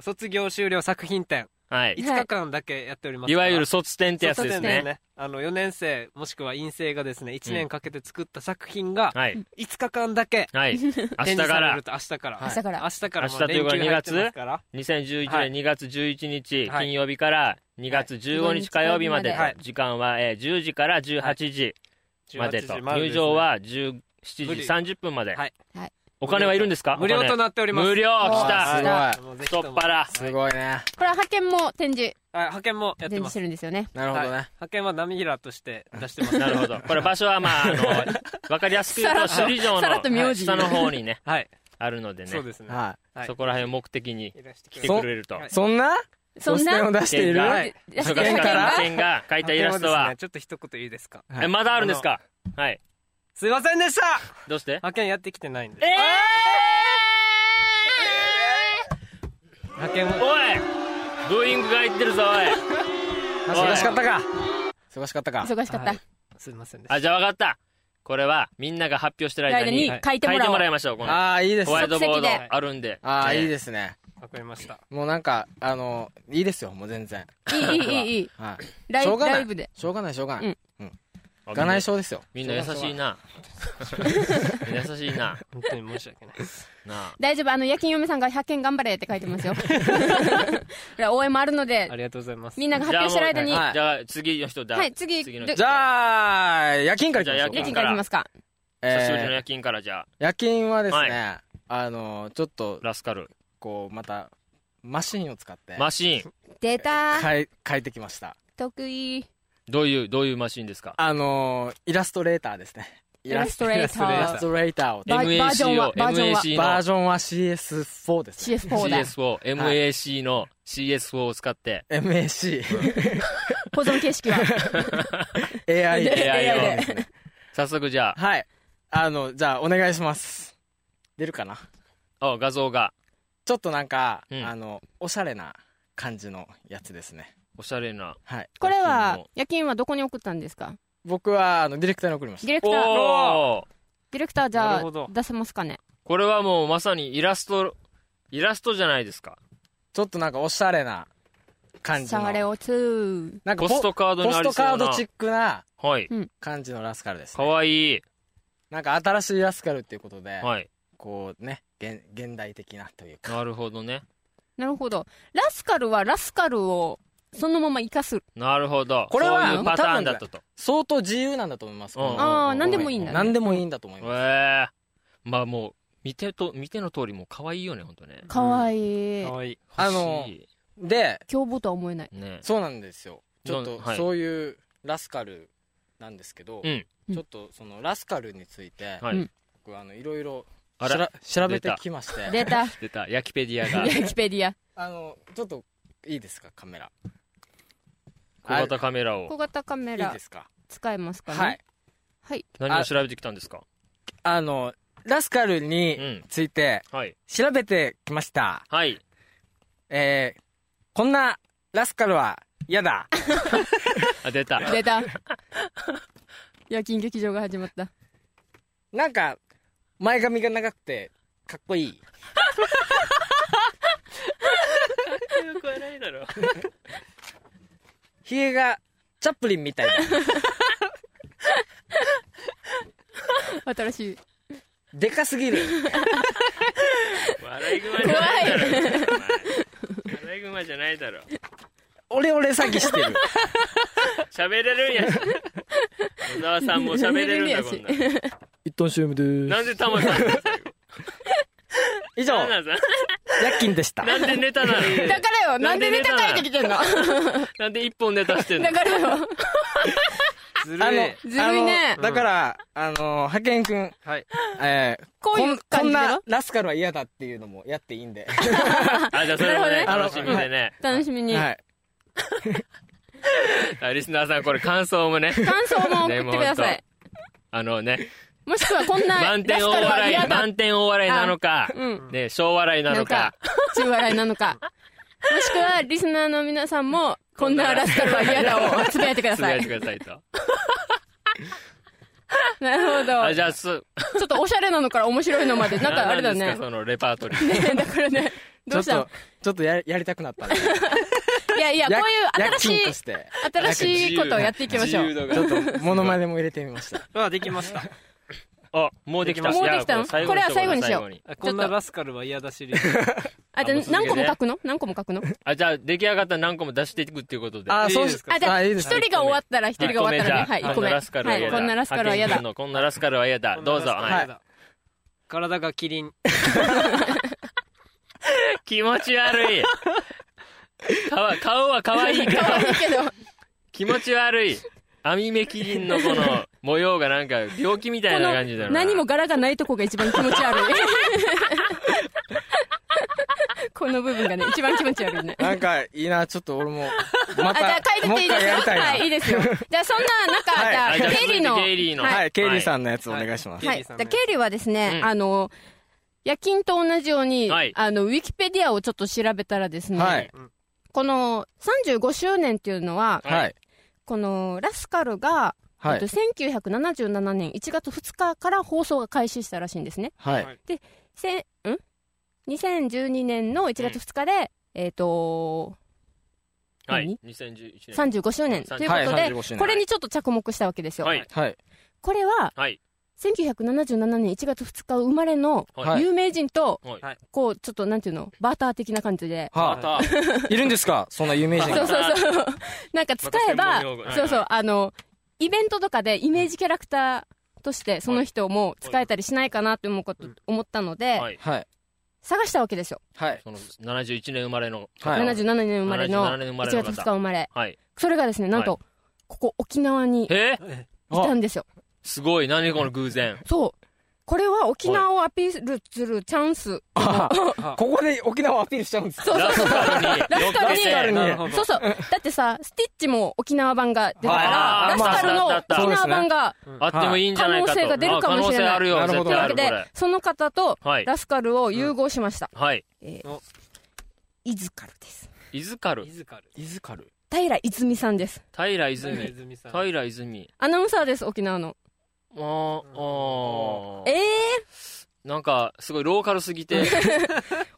H: 卒業終了作品展
D: はい。
H: 5日間だけやっております
D: い
H: から
D: わゆる卒展ってやつです
H: 卒展
D: ね。
H: あの4年生もしくは院生がですね1年かけて作った作品が
D: はい。
H: 5日間だけ
D: はい。明日
H: 展示
D: か
H: され
D: ら
H: ると明日から
C: 明日から
H: 明日から
D: 明
H: も
D: 日という
H: 連
D: か
H: 休入ってますからは
D: 2011
H: い
D: 年2月11日
H: はい
D: 金曜日から2月15日火曜日まで
C: はい
D: 時間はえー10時から18時まで
H: 18
D: と
H: 時
D: 入場は17時30分まで
H: はい
C: はい
D: お金はいるんですか
H: 無料
D: お金
H: となっております
D: 無料来た
F: あ
H: もうぜひ
D: 太
H: と
D: っ
H: もはい
D: 腹
F: すごいすごいね
C: これは派遣も展示
H: 派遣もやっ
C: 展
H: て
C: 示
H: ま
C: して
H: す
C: るんですよね
F: なるほど
H: は
F: ね
H: い派遣は波平として出してます
D: なるほどこれ場所はまああのわかりやすく言うと首里城
C: さらっと名
D: の
C: 字
D: 下の方にね
H: はい
D: あるのでね
H: そうですね
F: は
H: はい
D: そこら辺を目的に
H: いらして
D: 来
H: く
D: て
H: ださ
D: く
H: い
D: れると
H: はい
F: いそんな
C: そん
F: ご出演
C: な
F: を出している
D: はい
C: 出し
D: 昔
C: て
D: か
C: る
D: ら点が描いたイラスト
H: 派遣です
D: は
H: ねちょっと一言いいですか
F: すね
D: えまだあるんですかはい
H: すいませんでした
D: どうして
H: 派遣やってきてないんで
D: え
H: 派遣
D: ー
H: も
D: おいブーイングが入ってるぞおい
F: 忙しかったか忙しかったか
C: 忙しかった
H: はいすいませんでした
D: あじゃあ分かったこれはみんなが発表してる間に
C: 間に書いて
D: 書
C: も
D: いて
C: らお
D: も
C: う
D: らいましょうこの
F: ああいいです
D: ホワイトボー
C: 即席
D: ド
C: で
D: あるんで
F: ああいい
D: す
F: ですね
H: わかりました
F: もうなんかあのいいですよもう全然
C: いいいいいいいい
F: はい
C: ライ
F: しょ
C: ブ
F: うがない
C: ライブで
F: しょうがないしょうがな
C: う
F: い
C: ん
F: がない賞ですよ
D: みんな優しいなみんな優しいな
H: 本当に申し訳ないです
D: なあ
C: 大丈夫あの夜勤嫁さんが派遣頑張れって書いて
D: [LAUGHS]
C: ますよこれ応援もあるので
H: ありがとうございます
C: みんなが発表してる間に
D: じゃあもう
F: はい
D: じゃあ次の人だ
C: はい次
D: 次の
C: で
D: 人
F: じゃあ夜勤からいきましょう
D: じゃ
C: 夜
D: あ
C: 勤からいきますか
F: えー
D: 久しぶりの夜勤からじゃあ
F: 夜勤はですね、
D: は
F: あのちょっと
D: ラスカル
F: こうまたマシンを使って
D: マシーン
C: 出た
F: 変え変えてきました
C: 得意
D: どういうどういうマシーンですか
F: あのイラストレーターですね
C: イラストレータ
F: イラス
C: ー
F: トレーターを
C: ババージョ
D: MAC
C: ンは
D: を
C: バージョンは
D: MAC
F: バー
D: の
F: ジョンは CS4 ですね
C: CF4 だ
D: CS4 MAC の CS4 を使って
F: MAC
C: 保存形式は
F: AI
D: [LAUGHS]
C: で
D: AI を
F: ですね
D: 早速じゃ
F: はいあのじゃあお願いします出るかな
D: ああ画像が
F: ちょっとなんか、
D: うん
F: あのおしゃれな感じのやつですね
D: おしゃれな
F: はい
C: これは夜勤はどこに送ったんですか
F: 僕はあのディレクターに送りまし
C: ディレク
D: お
C: ター
D: おー
C: ディレクターじゃ
H: な
C: あ
H: るほど
C: 出せますかね
D: これはもうまさにイラストイラストじゃないですか
F: たちょっとなんかおしゃれな感
C: シ
F: じの
C: ャレオ2
F: なんか
D: ポストカードに
F: ポ
D: あ
F: ス
D: り
F: ト
D: そう
F: カ
D: な
F: ードチックな
D: はい
F: 感じのラスカルです、
D: か
F: ね、
D: わいい
F: なんか新しいラスカルっていうことで、
D: はい
F: こうね現現代的なというか
D: なるほどね
C: なるほどラスカルはラスカルをそのまま生かす。
D: なるほど
F: これは
D: そういうパターンだったと
F: 相当自由なんだと思います。
D: うん
F: この
C: ああ、なんでもいいんだ、ね。
F: 何でもいいんだと思い
D: へ
F: ます。
D: えまあもう見てと見ての通りもう可愛いよね本当ね
C: かわいい。
D: 可愛い
F: あの
D: 欲し
F: で、
C: 凶暴とは思えない。
D: いね
F: そうなんですよ。ちょっ
D: ど
F: と
D: んはい
F: そういうラスカルなんですけど、
D: うん
F: ちょっとそのラスカルについて、
D: はい、
C: うん
F: 僕あのいろいろ
D: あ
F: し
D: ら
F: ら調べて
D: 出た
F: きまして、
C: 出た。
D: 出たヤキペディア
C: ウ [LAUGHS]
D: が
C: ィキペディア。
F: あのちょっといいですかカメラ。
D: 小型カメラ
C: 小
D: を
C: 型カメ
F: いい
C: ラ
F: ですか。
C: 使えますかね。
F: はい。。
C: はい。
D: 何を調べてきたんですか
F: あのラスカル
D: う
F: に
D: ん
F: ついて
D: はい
F: 調べてきました。
D: はい
F: えー、こんなラスカルは嫌だ。
D: あ出た
C: 出た。夜勤劇場が始まった。
F: なんか前髪が長くてかっこいい。
D: よくはないだろ
F: ひげがチャップリンみたいだ。
C: 新しい。
F: でかすぎる。
D: 笑い熊じゃないだろ笑い熊じゃないだろ
F: 俺俺詐欺してる。
D: 喋れるんやし小沢さんも喋れるんだこんなの
F: 一旦 CM でー
D: なんでタモさん
F: 以上、
D: なん
F: ヤ
D: なんさ
F: ッキンでした。
D: なんでネタなの
C: だからよ、
D: な
C: なんん
D: で
C: で
D: ネ
C: ネ
D: タ
C: タ書いてきてんの
D: なんで一本ネタしてんの
C: だからよ、
D: ず
F: あ
D: る
F: の
D: い、
C: ずるいね
F: あのだから、あの、派遣くん、
D: はい
F: えー、
C: こう
F: こ
C: い
F: ん
C: う
F: こ
C: 感
F: ん
C: じだ
F: な
C: ろ
F: ラスカルは嫌だっていうのもやっていいんで。
D: あじゃあそれもね
F: なるほ
D: 楽し
F: どね
D: みでね
C: 楽しみに。
F: はい。
D: あリスナーさんこれ感
C: [LAUGHS]
D: 想もね
C: 感想も送ってください。
D: あのね
C: もしくはこんな、
D: 満点大
C: ラスカルは
D: 笑
C: 嫌
D: い
C: だ
D: 満点大笑いなのか
C: うん。
D: ね小笑いな
C: な
D: の
C: のか
D: か、
C: 中笑いなのか。もしくは、リスナーの皆さんも、こんなラスカルは嫌だをつぶやいてくだ
D: つぶ
C: さ
D: やい
C: い
D: て。くださ
C: [LAUGHS]
D: いと
C: なるほ
D: あ
C: ど。
D: じ
C: ち
D: ゃあす
C: ょっとおしゃれなのから面白いのまで。なんかあれだ
D: なんで
C: ね
D: すか。そのレパートリー
C: ね [LAUGHS] だからね、
F: ち
C: どう
F: ょっ
C: したの
F: と、ちょっとややりたくなったんで。
C: いやいや、こ
F: ヤ
C: ういう
F: ヤッキン
C: 新
F: と
C: し
F: し
C: い、
F: て、
C: 新しいことをやっていきましょう。
D: 自由度
F: ち
D: が
F: ょっと、モノマネも入れてみました。
H: あできました
D: あもうできた
C: もうできたの
D: じゃあれ
C: これは最後にしよう
D: 最に
H: こんなラスカルは嫌だシリーズ
C: あ、じゃあ
D: あもう続
C: 何個
D: けて
C: も書くの何個も書
D: [LAUGHS]
C: くの
D: あじゃあ出来上がった何個も出していくっていうことで
F: あ、
H: いい
F: そう
H: で
F: ですす
H: か
F: か。
C: あ、じゃあ、
F: いい
C: 一
F: ですね
C: 人が終わったら、一人が終わったらね。はい、
D: 一個目じゃあ
C: 1個目。
D: こんなラスカルは
C: は
D: 嫌
C: い、こんなラスカルは嫌だ
D: だ派遣。軍のこんなラスカルは嫌だどうぞ
F: は
D: はい
F: い
H: 体がキリン
D: 気持ち悪い
C: [LAUGHS]
D: かわ顔は可愛いけど
C: 可愛いけど、こ
D: 気持ち悪い網目キリンのこの模様がなんか病気みたいな感じだよ
C: の、
D: な
C: 何も柄がないとこが一番気持ち
F: [LAUGHS]
C: 悪い。この部分がね、一番気持ち悪いね。
F: なんか、いいな、ちょっと
C: [LAUGHS]
F: 俺も、ま
C: あ、じゃ
F: た
C: あ、書いて
F: も
C: っ
F: う
C: てい
F: 一
C: いで
F: 回
C: す
F: や
C: よ
F: り。たいな。
C: はい、いいですよ。じゃあ、そんな、なん
F: [LAUGHS]
C: か、
F: は
D: あ
C: じ
D: じ
C: ゃ
D: ゃ
C: あ、
D: あ
C: 経理の。
D: 続いて経理の
C: はい
F: はい、ケイリーさんのやつお願いします。
C: はい。
H: 経理
C: じ
H: さ
C: ゃ
H: ん
C: あ
H: ね
C: 経理はですね、
D: うん
C: あの、夜勤と同じように、
D: はい
C: あの、ウィキペディアをちょっと調べたらですね、
F: はい。
C: この35周年っていうのは、
F: はい。
C: このラスカルが、
F: は
C: えっ
F: い。
C: と、1977年1月2日から放送が開始したらしいんですね。
F: はい。
C: せん2012年の1月2日で、えっ、と、
D: はい2011年
C: 35周年という
F: はい、
C: ことで、
F: 35周年。
C: これにちょっと着目したわけですよ。
D: はい
F: はい。
C: これは、
D: はい
C: 1977年1月2日生まれの
F: はい
C: 有名人と、
D: はい
H: はい
C: こう、ちょっとなんていうの、バーター的な感じで、
D: ま
F: は
D: た
F: い。いるんですかそんな有名人
C: そう
F: が。
C: そうそう。 [LAUGHS] なんか使え
D: また
C: ば
D: 専門用語はい、
C: そうそう、あの、イベントとかでイメージキャラクターとして、その人も使えたりしないかなって思うこと、思ったの
D: は
C: で、
D: い
F: はい。
C: 探したわけですよ。
F: はい。
D: その71年生まれの
F: はい
C: 77年生まれの、
D: 77年生ま
C: 1
D: れ
C: 月
D: の
C: 2日生まれ。
D: はい
C: それがですね、なん
D: は
C: と、ここ沖縄にい
D: え
C: たんですよ。
D: すごい何この偶然
C: そう。これは沖縄をアピールするチャンス。
F: あ
C: [LAUGHS]
F: ここで沖縄をアピールしちゃうんですか
C: そうそう
D: ラ
C: そ
D: ス
C: う。
D: カルに
C: ラスカル
D: よ
C: に
D: けて
F: ラスカルに
H: なるほど
C: そうそう。だってさ、スティッチも沖縄版が出たか
D: あ
C: ら、
D: ー
C: ラスカルの
D: まあ
C: 沖縄版が、
D: あってもいいんじゃないかと
C: 可能性が出るかもしれない
D: あ可能性あるよ
F: なる
D: 絶
F: ほど
C: とい
D: 対
C: う
D: あ
C: わけ
D: るこれ
C: で、その方と
D: はい
C: ラスカルを融合しました。
D: はい
C: えー
H: お
C: イズカルです。
D: 伊豆カル
H: イズカル
F: イズカル
C: 平泉さんです。
D: 平
H: 平
D: 泉
H: 泉さん
D: 平泉
C: アナウンサーです、沖縄の。
D: あーあ
C: え
D: ー
C: え
D: なんかすごいローカルすぎて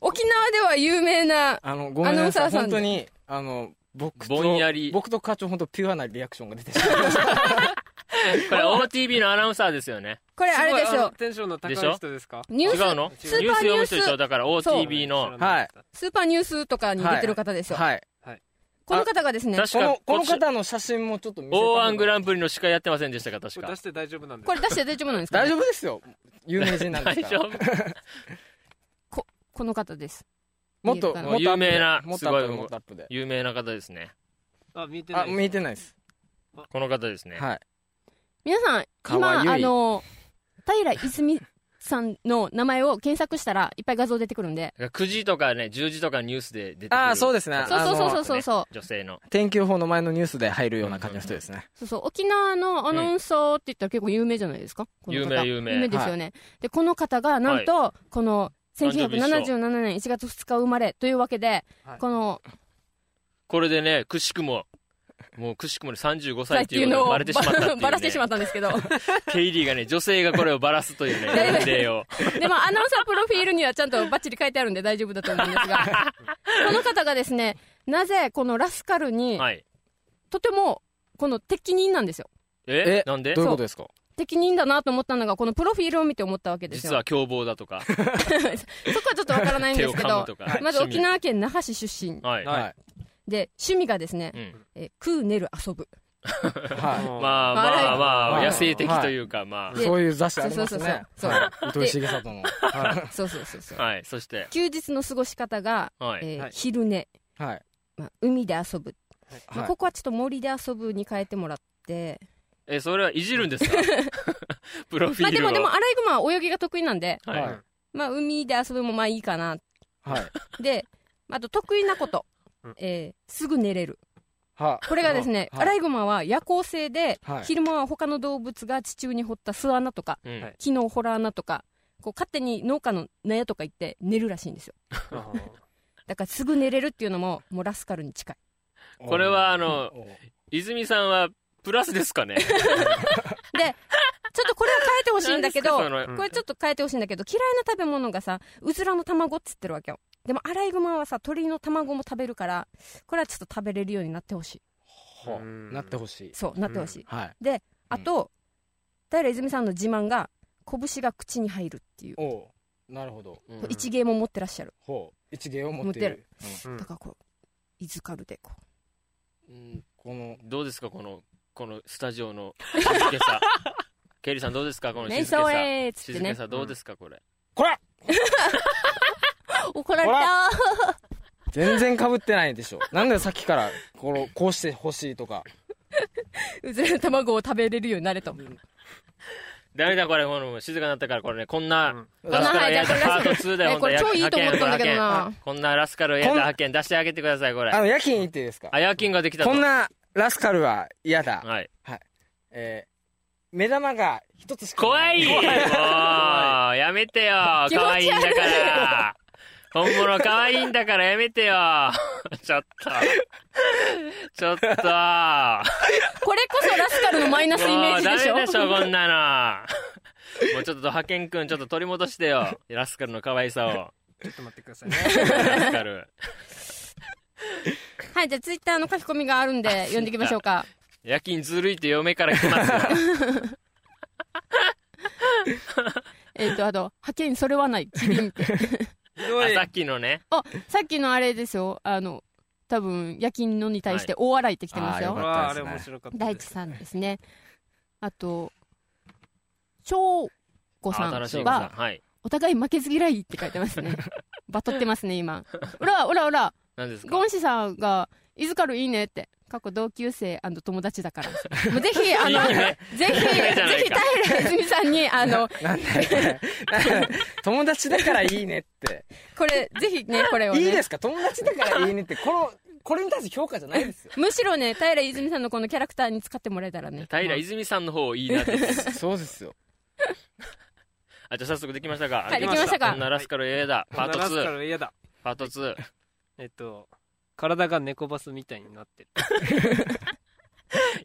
C: 沖縄では有名な、
F: あの、ごめ
C: ア
F: ん
C: ナウン
F: な
C: サ
F: さ
C: ー
F: い。
C: さん
F: 本
C: で
F: 当に、あの、僕と、
D: ぼんやり
F: 僕と課長本当ピュアなリアクションが出てしまいました。
D: これ OTV のアナウンサーですよね
C: こ [LAUGHS] れあれです
H: ごい
C: よ
H: の。テンションの高い
D: でしょ
H: 人ですか
C: ニュ
D: 違
C: ー
D: う
C: ス、
D: の
H: ス
D: ニュース読む人でしょだから
C: そう
D: OTV の
F: はい
C: スーパーニュースとかに出てる方ですよ。
F: はい。
C: この方がですね、
D: 確
F: こ
D: か
F: の、この
D: こっち
F: 方の写真もちょっと見せた方が
D: O1 グランプリの司会やってませんでしたか確
H: これ
D: か
H: 出して大丈夫なんです
C: こ
H: か
C: れ出して大丈夫なんですか
F: 大丈夫ですよ。有名人なんで
D: [LAUGHS] 大
F: すか
D: 丈
F: ら。
D: 夫
C: この方です。
F: もっと、
C: 見えるかな
F: もっとアップで
D: 有名
F: もっとアップで、も
D: なすごい
F: っとアップで。
D: 有名な方ですね
H: あ見えてな
F: あ、
H: い
F: 見えてないです。
D: この方ですね、
F: はい。
C: 皆さん、今、
F: 川由
C: あ
F: 衣
C: の、平泉さんの名前を検索したらいっぱい画像出てくるんで。
D: 9時とかね10時とかニュースで出てくる
F: あーそうですね
D: 方
C: そうそうそうそうそう。
D: 女性の
F: 天気予報の前のニュースで入るような感じの人ですね。
C: そうそう、沖縄のアナウンサーって言ったら結構有名じゃないですか、この方
D: 有名有名
C: ですよね。で、この方がなんと、この、1977年1月2日生まれというわけで、
H: はい
C: この、
D: これでねくしくももうくしくもね35
C: さ
D: 歳
C: っ
D: ってい
C: き
D: うの
C: のを
D: がバ
C: ば
D: レてしまったっていう、ね、
C: ばらしてしまったんですけど。
D: ケイリーがね女性がこれをバラす
C: [LAUGHS]
D: というね年齢を
C: でもアナウンサープロフィールにはちゃんとバッチリ書いてあるんで大丈夫だと思うんですが、
D: [LAUGHS]
C: この方がですね、なぜこのラスカルに、
D: はい
C: とても、この適任なんですよ。
D: え
F: え
D: なんで
F: どういうことですか
C: 適任だなと思ったのが、このプロフィールを見て思ったわけです
D: 実
C: よ
D: は。凶暴だとか
C: [LAUGHS] そこはちょっとわからないん
D: 手
C: で
D: を
C: すけ
D: 噛む
C: ど
D: と、か
C: まず
D: 趣
C: 沖
D: 味
C: 縄県那覇市出身。
D: はい、
F: はい。
C: で、趣味がですね、
D: うん
C: えー食う、寝る、遊ぶ。あれ
F: は
D: まあまあまあ
F: はい
D: 野生的というかま
F: い。
D: [LAUGHS]
F: そういう雑誌あり
C: そう
F: ま
C: そ
F: す
C: うそう
F: ね。
C: そう
F: はい糸井重里の。は
C: そうそうそうそう
D: あ。はいそして
C: 休日の過ごし方が、
D: はい、
C: えー
H: はい
C: 昼寝、
F: い。はい。
C: まあ、海で遊ぶ、まあ、
F: はい
C: ここはちょっと森で遊ぶに変えてもらって、
D: えそれはいじるんです
C: [LAUGHS]
D: かプロフィ
C: まあ、
D: ー
C: で
D: ルを
C: もでもアライグマは泳ぎが得意なんで、
D: はい
F: はい
C: まあ、海で遊ぶもまあいいかな
F: はい。
C: であと得意なこと、えーすぐ寝れる
F: は
C: これがですね、
F: はい
C: アライグマは夜行性で、
F: はい
C: 昼間は他の動物が地中に掘った巣穴とか
D: うん
H: はい
C: 木の掘ら穴とかこう勝手に農家の納屋とか行って寝るらしいんですよ
H: あ
C: だからすぐ寝れるっていうのももうラスカルに近い
D: これはあの
F: お
D: 泉さんはプラスですかね
C: ちょっとこれは変えてほしいんだけど
D: [LAUGHS] 何ですかその
C: これちょっと変えてほしいんだけど嫌いな食べ物がさうずらの卵っつってるわけよでもアライグマはさ鳥の卵も食べるからこれはちょっと食べれるようになってほしい
F: ほうなってほしい。
C: そうなってほしい、
F: はい。
C: あと平泉さんの自慢が拳が口に入るっていう、
F: おうなるほど。
D: うん
C: 一芸も持ってらっしゃる
F: ほう。一芸を持っている。
H: うん
C: だからこうイズカルでこう
F: うんこの、
D: どうですかこのこのスタジオの静け
C: [LAUGHS]
D: さケイリーさんどうですかこ
C: 「
D: の
C: メイ
D: 静けさ
C: ソーエー」っつっ
D: 静
C: て
D: け
C: ね
D: さどうですかこれ
F: こら
C: 怒られた
F: 全然被ってないでしょ。なんでさっきから、この、こうしてほしいとか。
C: うずらの卵を食べれるようになれと
D: ダメだこれもう静かになったからこれねこんな
C: こん
D: ラス
C: な
D: カル
C: はい
D: エ
C: じゃ
D: ア
C: あこれ
D: パ
C: ラ
D: ー
C: ス
D: ト2だよ
C: えこれ超いいと思ったんだけどな
D: こんなラスカルエア
F: こん
D: 派遣出してあげてくださいこれ
F: あの、夜勤言っていいですか
D: あやきんができたと
F: こんなラスカルは嫌だ。
D: はい
F: えー目玉が一つしか
D: 怖
F: ないい。
D: もうやめてよ
C: 気持ち
D: 可
C: 悪い
D: 愛いんだから本物可愛いんだからやめてよちょっとちょっと
C: これこそラスカルのマイナスイメージでし
D: もうダメでしょ、
C: ょ
D: こんなの。もうちょっと派遣くん、ちょっと取り戻してよ。ラスカルの可愛さを。
H: ちょっと待ってくださいね
D: ラスカル。
C: はいじゃあツイッターの書き込みがあるんで
D: [LAUGHS]
C: 読んでいきましょうか
D: 夜勤ずるいって嫁から来ますよ。
C: えっとあと「派遣それはないキリン」っ
D: [LAUGHS]
C: て
D: あさっきのね。
C: あさっきのあれですよあの多分夜勤のに対して大笑いってきてますよ、
F: あーよかっ
H: わああれ面白かった
C: 大
H: で
C: 地
H: す
C: さんですね。あと、翔子さ
D: 新しい
C: ん
D: 子さ
C: は
D: ん。、はい。
C: お互い負けず嫌いって書いて
D: [LAUGHS]
C: ますね。バトってますね、今。おらおらおら、
D: 何ですか
C: ゴンシさんが、イズカルいいねって。過去同級生友達だから。
D: [LAUGHS]
C: もうぜひ、あの、
D: い
C: ぜ
D: いね
C: ひ、ぜ
D: ねじゃない
C: ひ、
D: か
C: 平泉さんに、あ
D: [LAUGHS]
C: の、
F: [LAUGHS] なんで友達だからいいねって。
C: これ、ぜひね、これをね。
F: いいですか友達だからいいねって、この、これに対して評価じゃないですよ。
C: むしろね、平泉さんのこのキャラクターに使ってもらえたらね。
D: 平泉さんの方いいなって。
F: そうですよ。
D: あ、じゃあ早速できましたか。
C: はい
H: できました
C: か
D: こんなラスカルええだ。パート
H: ラスカ
D: 2。
H: ル嫌だ
D: パート2。
H: えっと体が猫バスみたいになってる
D: [LAUGHS]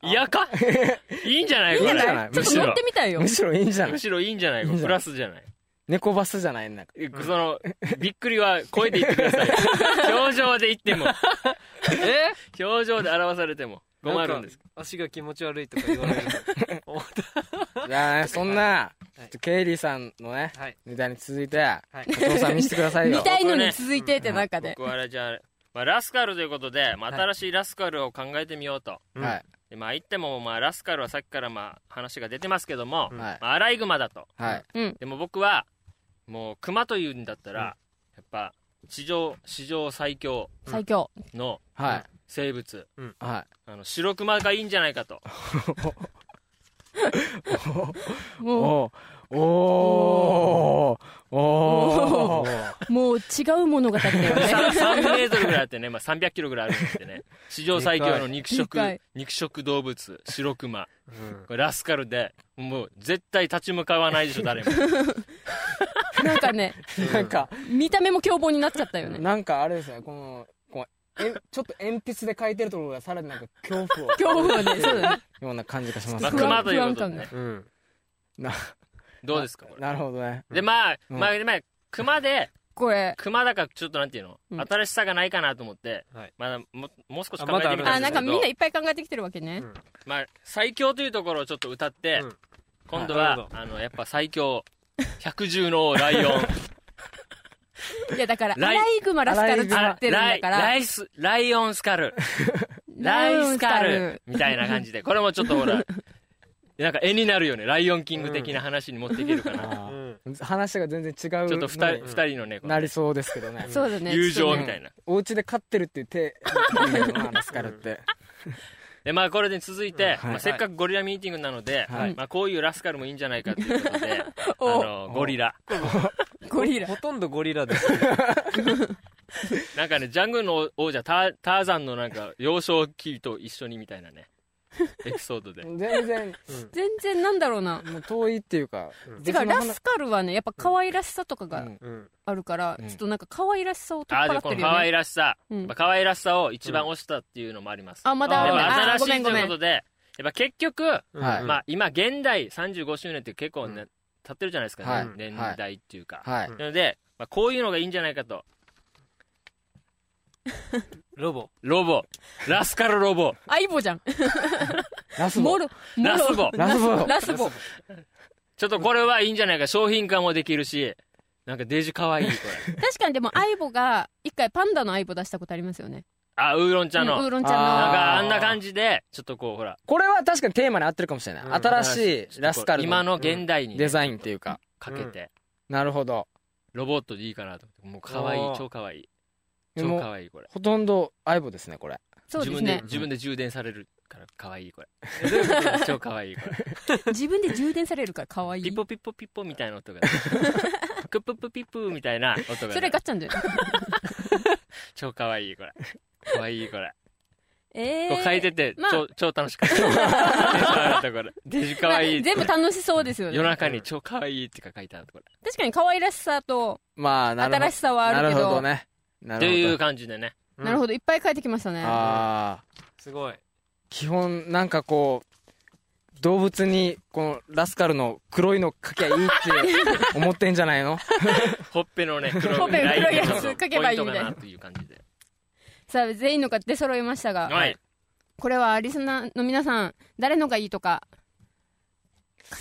D: 嫌か [LAUGHS] いいんじゃないこ
F: いいんじゃ
D: れ
F: ない。
C: ちょ
D: む
C: っと
D: し
C: 乗
D: ろ
C: って。みたいよ
F: [LAUGHS] む。しろいいんじゃな
D: む
F: い
D: しろいいんじゃないこれプラスじゃない。
F: 猫バスじゃない
D: [LAUGHS]
F: なんか。
D: えその、びっくりは声で言ってください。 [LAUGHS] 表情で言っても。え表情で表されても。困るんです。
H: なんか足が気持ち悪いとか言われる思っ
F: いやーそんな、ちょ
H: い
F: っとケイリーさんのね
H: た、はい
F: ネタに続いて、
H: はい
F: お父さん見せてください
C: 見
F: よ。
C: たいのに続いてって中で。
D: 僕はあれじゃあまあ、ラスカルということで、まあ、
H: はい
D: 新しいラスカルを考えてみようと、
H: うん
F: はい
D: でまあ、言っても、まあ、ラスカルはさっきからまあ話が出てますけども、
H: うん
F: はい
D: まあ、アライグマだと
F: はい
D: でも僕はもうクマというんだったら、やっぱ史上史上最強
C: 最強
D: の
F: はい
D: 生物
F: は
D: あの白クマがいいんじゃないかと
F: い
C: も
F: おーおーおー
C: うもう違うものが足りない
D: [LAUGHS]
C: よね
D: 3メートルぐらいあってね、まあ、3 0 0キロぐらいあるんですってね史上最強の肉食
C: でかい
D: 肉食動物白クマこれラスカルでもう絶対立ち向かわないでし
C: [LAUGHS]
D: ょ誰も
C: なんかね
F: なんか
C: 見た目も凶暴になっちゃったよね
F: なんかあれですねこのこうえんちょっと鉛筆で書いてるところがさらになんか恐怖を
C: 恐怖はねそうだね
F: ような感じがします
D: まあ
C: 不
D: ク
C: 安
D: マと [LAUGHS] いうことで、ね、
H: うん
D: どうですかこれ
F: なるほどね
D: でまあ、
F: うん
D: まあ、まあクマで
C: これ
D: クマだからちょっとなんていうの、
C: うん
D: 新しさがないかなと思って、
H: はい
D: まだももう少し考
H: あま
D: え
H: だ
D: て
H: あ
D: み
H: る
D: た
C: あ
D: ん
C: なん
D: です
C: か
D: け
C: みん
D: ど
C: ないっぱい考えてきてるわけね
H: うん
D: まあ、最強というところをちょっと歌って、
H: うん
D: 今度
H: なる
D: は
H: ほ
D: あのやっぱ最強百獣の王ライオン
C: いやだからア
D: ライ
C: ライグマラスカル使ってるん
D: ラ
C: だ
D: イ
C: か
D: ラ
C: ら
D: イスライオンス
C: [LAUGHS]
D: カルライスカルみたいな感じでこれもちょっと
C: [LAUGHS]
D: ほらなんか絵になるよねライオンキング的な話に持っていけるかな、
F: あー
H: うん
F: 話が全然違う
D: ちょっと二人
F: のに
D: 二人のねこう
F: なりそうですけどね
C: そうだね
D: 友
C: ちょっ
D: 情
C: と
D: み
C: ね
D: たいな、
F: お家で飼ってるっていう手話からって
D: でまあこれで続いて、
F: はい
D: まあ、せっかくゴリラミーティングなので、
F: はい
D: まあ、こういうラスカルもいいんじゃないかということであ
C: [LAUGHS] お
D: のゴリラ
C: ゴリラ
H: ほとんどゴリラです
D: なんかねジャングルの王者ターターザンのなんか幼少期と一緒にみたいなねエピソー
C: [LAUGHS]
D: ドで
F: 全然
C: 全然なんだろうな
F: もう遠いっていうか
C: てかラスカルはねやっぱ可愛らしさとか
F: う
C: が
F: ん
H: うん
C: あるから、
F: うん
C: ちょっとなんか可愛らしさを取っ
D: あー
C: 払
D: でも
C: っ
D: こ
C: て
D: の
C: る
D: 可
C: よね
D: 愛らしさ、
C: うん
D: やっぱ可愛らしさを一番推したっていうのもあります、
C: あまだ
D: や
C: あ
D: っ
C: るね
D: ぱ
C: あーご
D: 新し
C: め
D: い
C: ん
D: と
C: ご
D: い
C: め
D: うこ
C: ん
D: とでやっぱ結局、
F: はい
D: まあ、今現代35周年って結構ね、
H: うん
D: 経ってるじゃないですか、ね
F: はい
D: 年代っていうか、
F: はい
D: なので、まあ、こういうのがいいんじゃない
F: [LAUGHS]
D: かと
H: ロボ
D: ロボラスカルロ
C: [LAUGHS]
D: ボ
C: アイボじゃん
F: ラス
C: モ
F: ボ
C: ロモ
D: ラ
C: ロ
D: スボ
F: ラスボ
C: ラスボ
D: ちょっとこれはいいんじゃないか商品化もできるしなんかデジ可愛いこれ
C: 確かにでもアイボが一回パンダのアイボ出したことありますよね
D: あウーロン茶の、
C: うんウーロン
D: なん
C: 茶
D: かあんな感じでちょっとこうほら
F: これは確かにテーマに合ってるかもしれない
H: うん
F: 新しいラスカル
D: 今
F: の
D: の現代にね、
F: デザインっていうか
D: かけて、
F: なるほど
D: ロボットでいいかなと思ってもう可愛
H: お
D: い
H: ー
D: 超可愛い
F: で
D: 超
F: も
D: 可愛いこれ
F: ほとんど相棒ですねこれ
C: のそうですね
D: 自分で自分で充電されるから可愛いこれ [LAUGHS] 超可愛いこれ
C: 自分で充電されるから可愛
D: ピ
C: い
D: ッポピッポピッポみたい
C: [LAUGHS]
D: な音がクップップピップみたいな音が
C: それガッチャンじゃん
D: 超可愛いこれ可愛いこれ、
C: え
D: こう変え
C: え
D: てて、 [LAUGHS]
C: まあ
D: 超超楽しかった超楽しかったこれデジ可
C: まあ
D: 愛いって
C: 全部楽しそうですよね
D: 夜中に超可愛いって書いてあるこれ
C: 確かに可愛らしさと
F: まあなるほ
C: 新しさはあるけ
F: なるほ
C: ど
F: どねな
D: とい
F: る
D: う
F: ほど
D: 感じでね
C: なるほどいっぱい変えてきましたね
F: ああ
H: すごい
F: 基本なんかこう動物にこのラスカルの黒いの描きゃいいって思ってんじゃないの
D: ほっぺのね黒い
C: ほっぺの黒いやつ
D: ラインが
C: 書けばいいみたいな
D: ポイントかという感じで
C: さあ全員のが出揃いましたが、
D: はい、ね、
C: これはリスナーの皆さん誰のがいいとか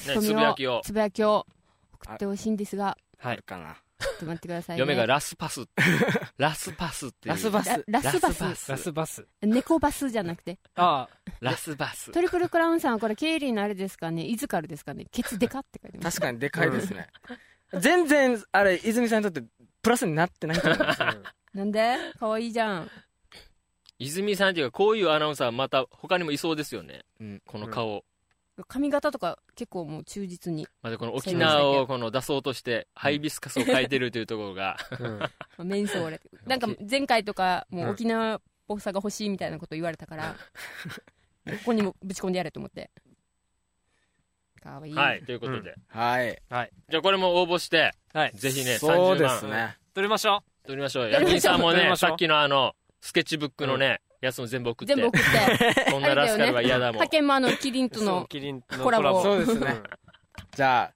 C: 書き込みを
D: つぶやきを
C: つぶやきを送ってほしいんですが
F: はいかな
C: ちょっと待ってください、ね、
D: 嫁がラスパスラスパスっていう
F: ラスバス
C: ララスバス
H: ラスバス
C: 猫バスじゃなくて
H: あ
D: ラスバス
C: トリプルクラウンさんはこれケイリーのあれですかねイズカルですかねケツデカって書いて
F: [LAUGHS]
C: ます
F: 確かにでかいですね全然あれ泉さんにとってプラスになってないと思います
H: あ
C: なんで可愛いじゃん
D: 泉さんっていうかこういうアナウンサーまた他にもいそうですよね、
F: うん
D: この顔、
C: 髪型とか結構もう忠実に
D: またこの沖縄をこの出そうとしてハイビスカスを変えてるというところが
C: メンソーレなんか前回とかもう沖縄っぽさが欲しいみたいなこと言われた
D: [LAUGHS]
C: からここにもぶち込んでやれと思って可愛い
D: はいということで、
F: はい
D: じゃあこれも応募して、
H: はい
D: ぜひね
F: そう
D: 30
F: で
D: 万
F: すね
H: 撮りましょ
D: 取りましょうよ
C: やり
D: 役
C: ましょう
D: 人さんも
H: やり
D: ね
H: ましょう
D: さっきのあのスケッチブックのね、やつも全部送って
C: 全部送って
D: [LAUGHS] こんなラスカルは嫌だもん
C: 派遣もあのキリン
H: う
C: との
H: キリンの
C: コラボ
F: そうですねじゃあ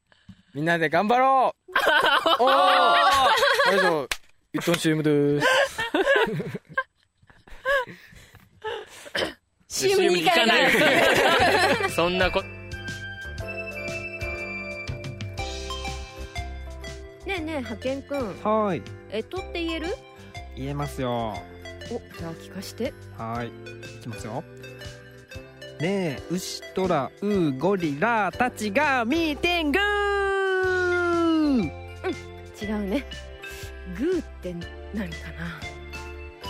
F: みんなで頑張ろう [LAUGHS] おお以上一トン CM でーす
C: CM に行かない
D: 行かない [LAUGHS] そんなこ
B: ねえねえ派遣くん
K: はーい
B: えとって言える
K: 言えますよ
B: おじゃあ聞かして
K: はいいきますよねえ牛トラウーゴリラたちがミーティング
B: 違うねグーって何かな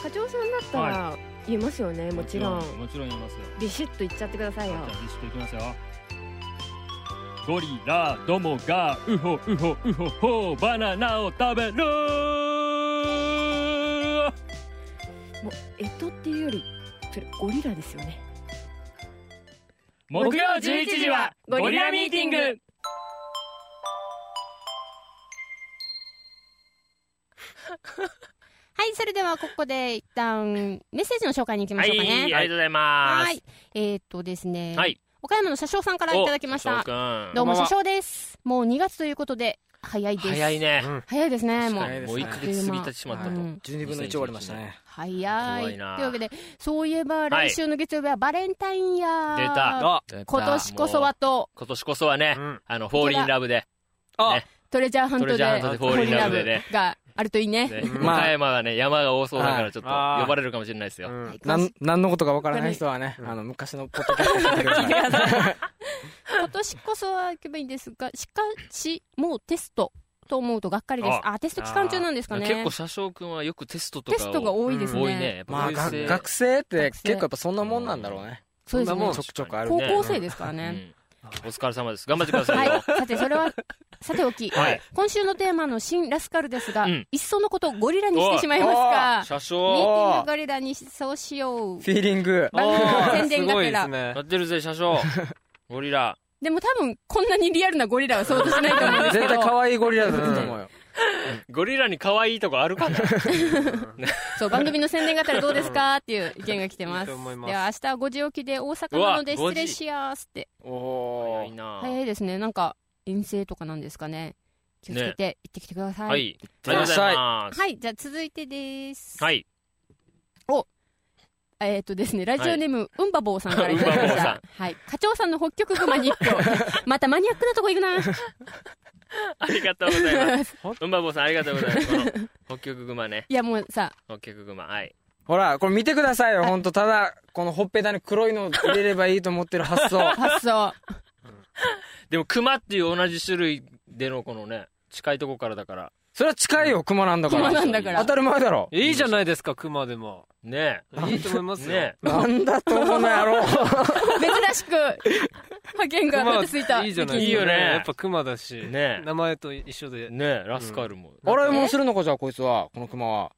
B: 課長さんだったら言えますよね、もちろん
E: もちろん言いますよ
B: ビシッと言っちゃってください
E: じ
B: よ
E: ゃあビシッといきますよゴリラどもがウホウホウホホーバナナを食べる
B: もうえとっていうよりそれゴリラですよね
E: 木曜11時はゴリラミーティング
C: はい、それではここで一旦メッセージの紹介に行きま
D: は
C: しょ
D: い、
C: うかね。
D: ありがとうございます。
C: はい。えーっとですね、
D: はい
C: 岡山の車掌さんからいただきまし
D: お
C: た。
D: 翔くん
C: どうも車掌です。もう2月ということで、早いです。
D: 早い。ね。
C: 早いですね、
D: 確
C: も
D: か
C: う。
D: にもう一ヶ月過ぎてしまったと。
C: うん
F: 12分の1終わりましたね。
C: 早い。
D: 怖
C: と
D: い
C: いう
D: な
C: わけで、そういえば来週の月曜日はバレンタインや。
D: 出た。
I: あ
C: 今年こそはと、
D: 今年こそはね、あの、フォーリンラブで、
C: トレジャーハントで、
D: トレジャーハントでフォーリンラブでね
C: があるといいね。
D: ね岡山はね、山が多そうだからちょっと
F: あー
D: 呼ばれるかもしれないですよ。
F: うんなん、なんのことかわからない人はね、あの、昔のポッドキャスト聞いてください。
C: 今年こそは行けばいいんですが、しかし、もうテストと思うとがっかりです。あ、テスト期間中なんですかね。
D: 結構車掌くんはよくテストとか
C: テ
D: を
C: ストが多いですね。
D: 多いね。やっぱ
F: まあ、
D: こういう
F: が
D: せい
F: 学生って
C: 学生
F: 結構やっぱそんなもんなんだろうね。
C: そうです
D: そんなも
C: ね
F: ち
D: ん。
F: ょくちょくある
C: 高
F: ね。
C: 校生ですからね。
D: うんお疲れ様です。頑張ってくださ
C: はい
D: よ
C: い。。 [LAUGHS] さて、それは、さておき、
D: はい
C: 今週のテーマの新ラスカルですが、
D: うん
C: いっそのことゴリラにしてしまいますか。ミーテ
D: 車掌
C: ィングゴリラにそうしよう。
F: フィーリング。
C: 番組の宣伝
F: す
C: が
F: ご
C: て
F: いで
C: ら
F: す。ね
D: や。ってるぜ、車
I: [LAUGHS]
D: 掌ゴリラ。
C: でも多分、こんなにリアルなゴリラは想像しないと思うんですけ
F: 絶対
C: ど、
F: 可愛いゴリラだったと思うよ。
D: ゴリラに可愛いとこあるかな
C: [LAUGHS] そう、番組の宣伝があったらどうですかっていう意見が来てます。
F: いいと思います
C: では、明日は5時起きで大阪なので
D: うわ
C: 失礼しやーすって。
D: 早
F: お
D: い
F: ー。
D: な
C: 早いですね。なんか、遠征とかなんですかね。気をつけて行ってきてください。
D: はい。ありがとうございます。
C: はい、じゃあ続いてです。
D: はい。
C: えっ、とですね、ラジオネーム、うんばぼうさんからいただきま
D: うん
C: し
D: ばぼうさん
C: た。はい。課長さんの北極熊に一票。またマニアックなとこ行くな。
D: ありがとうございます。うんばぼうさん、ありがとうございます。この北極熊ね。
C: いや、もうさ、。
D: 北極熊。はい。
F: ほら、これ見てくださいよ、ほんと。ただ、このほっぺたに黒いのを入れればいいと思ってる発想
C: [LAUGHS] 発想。
D: でも、熊っていう同じ種類でのこのね、近いとこからだから。
F: それは近いよ、熊なんだから。
C: 熊なんだから
F: 当たり前だろ。
I: いいじゃないですか熊でも
D: ね
I: いいと思います
D: え。
I: よ、
D: ね
F: なんだと思うのやろう。
C: 珍しく、派遣がまたついた。
I: いいじゃない
D: いいよね
I: やっぱ熊だし、
D: え。ね
I: 名前と一緒
D: え。
I: で
D: ねえ、ラスカルも。
F: 洗い物するのか、じゃあ、こいつは。この熊は。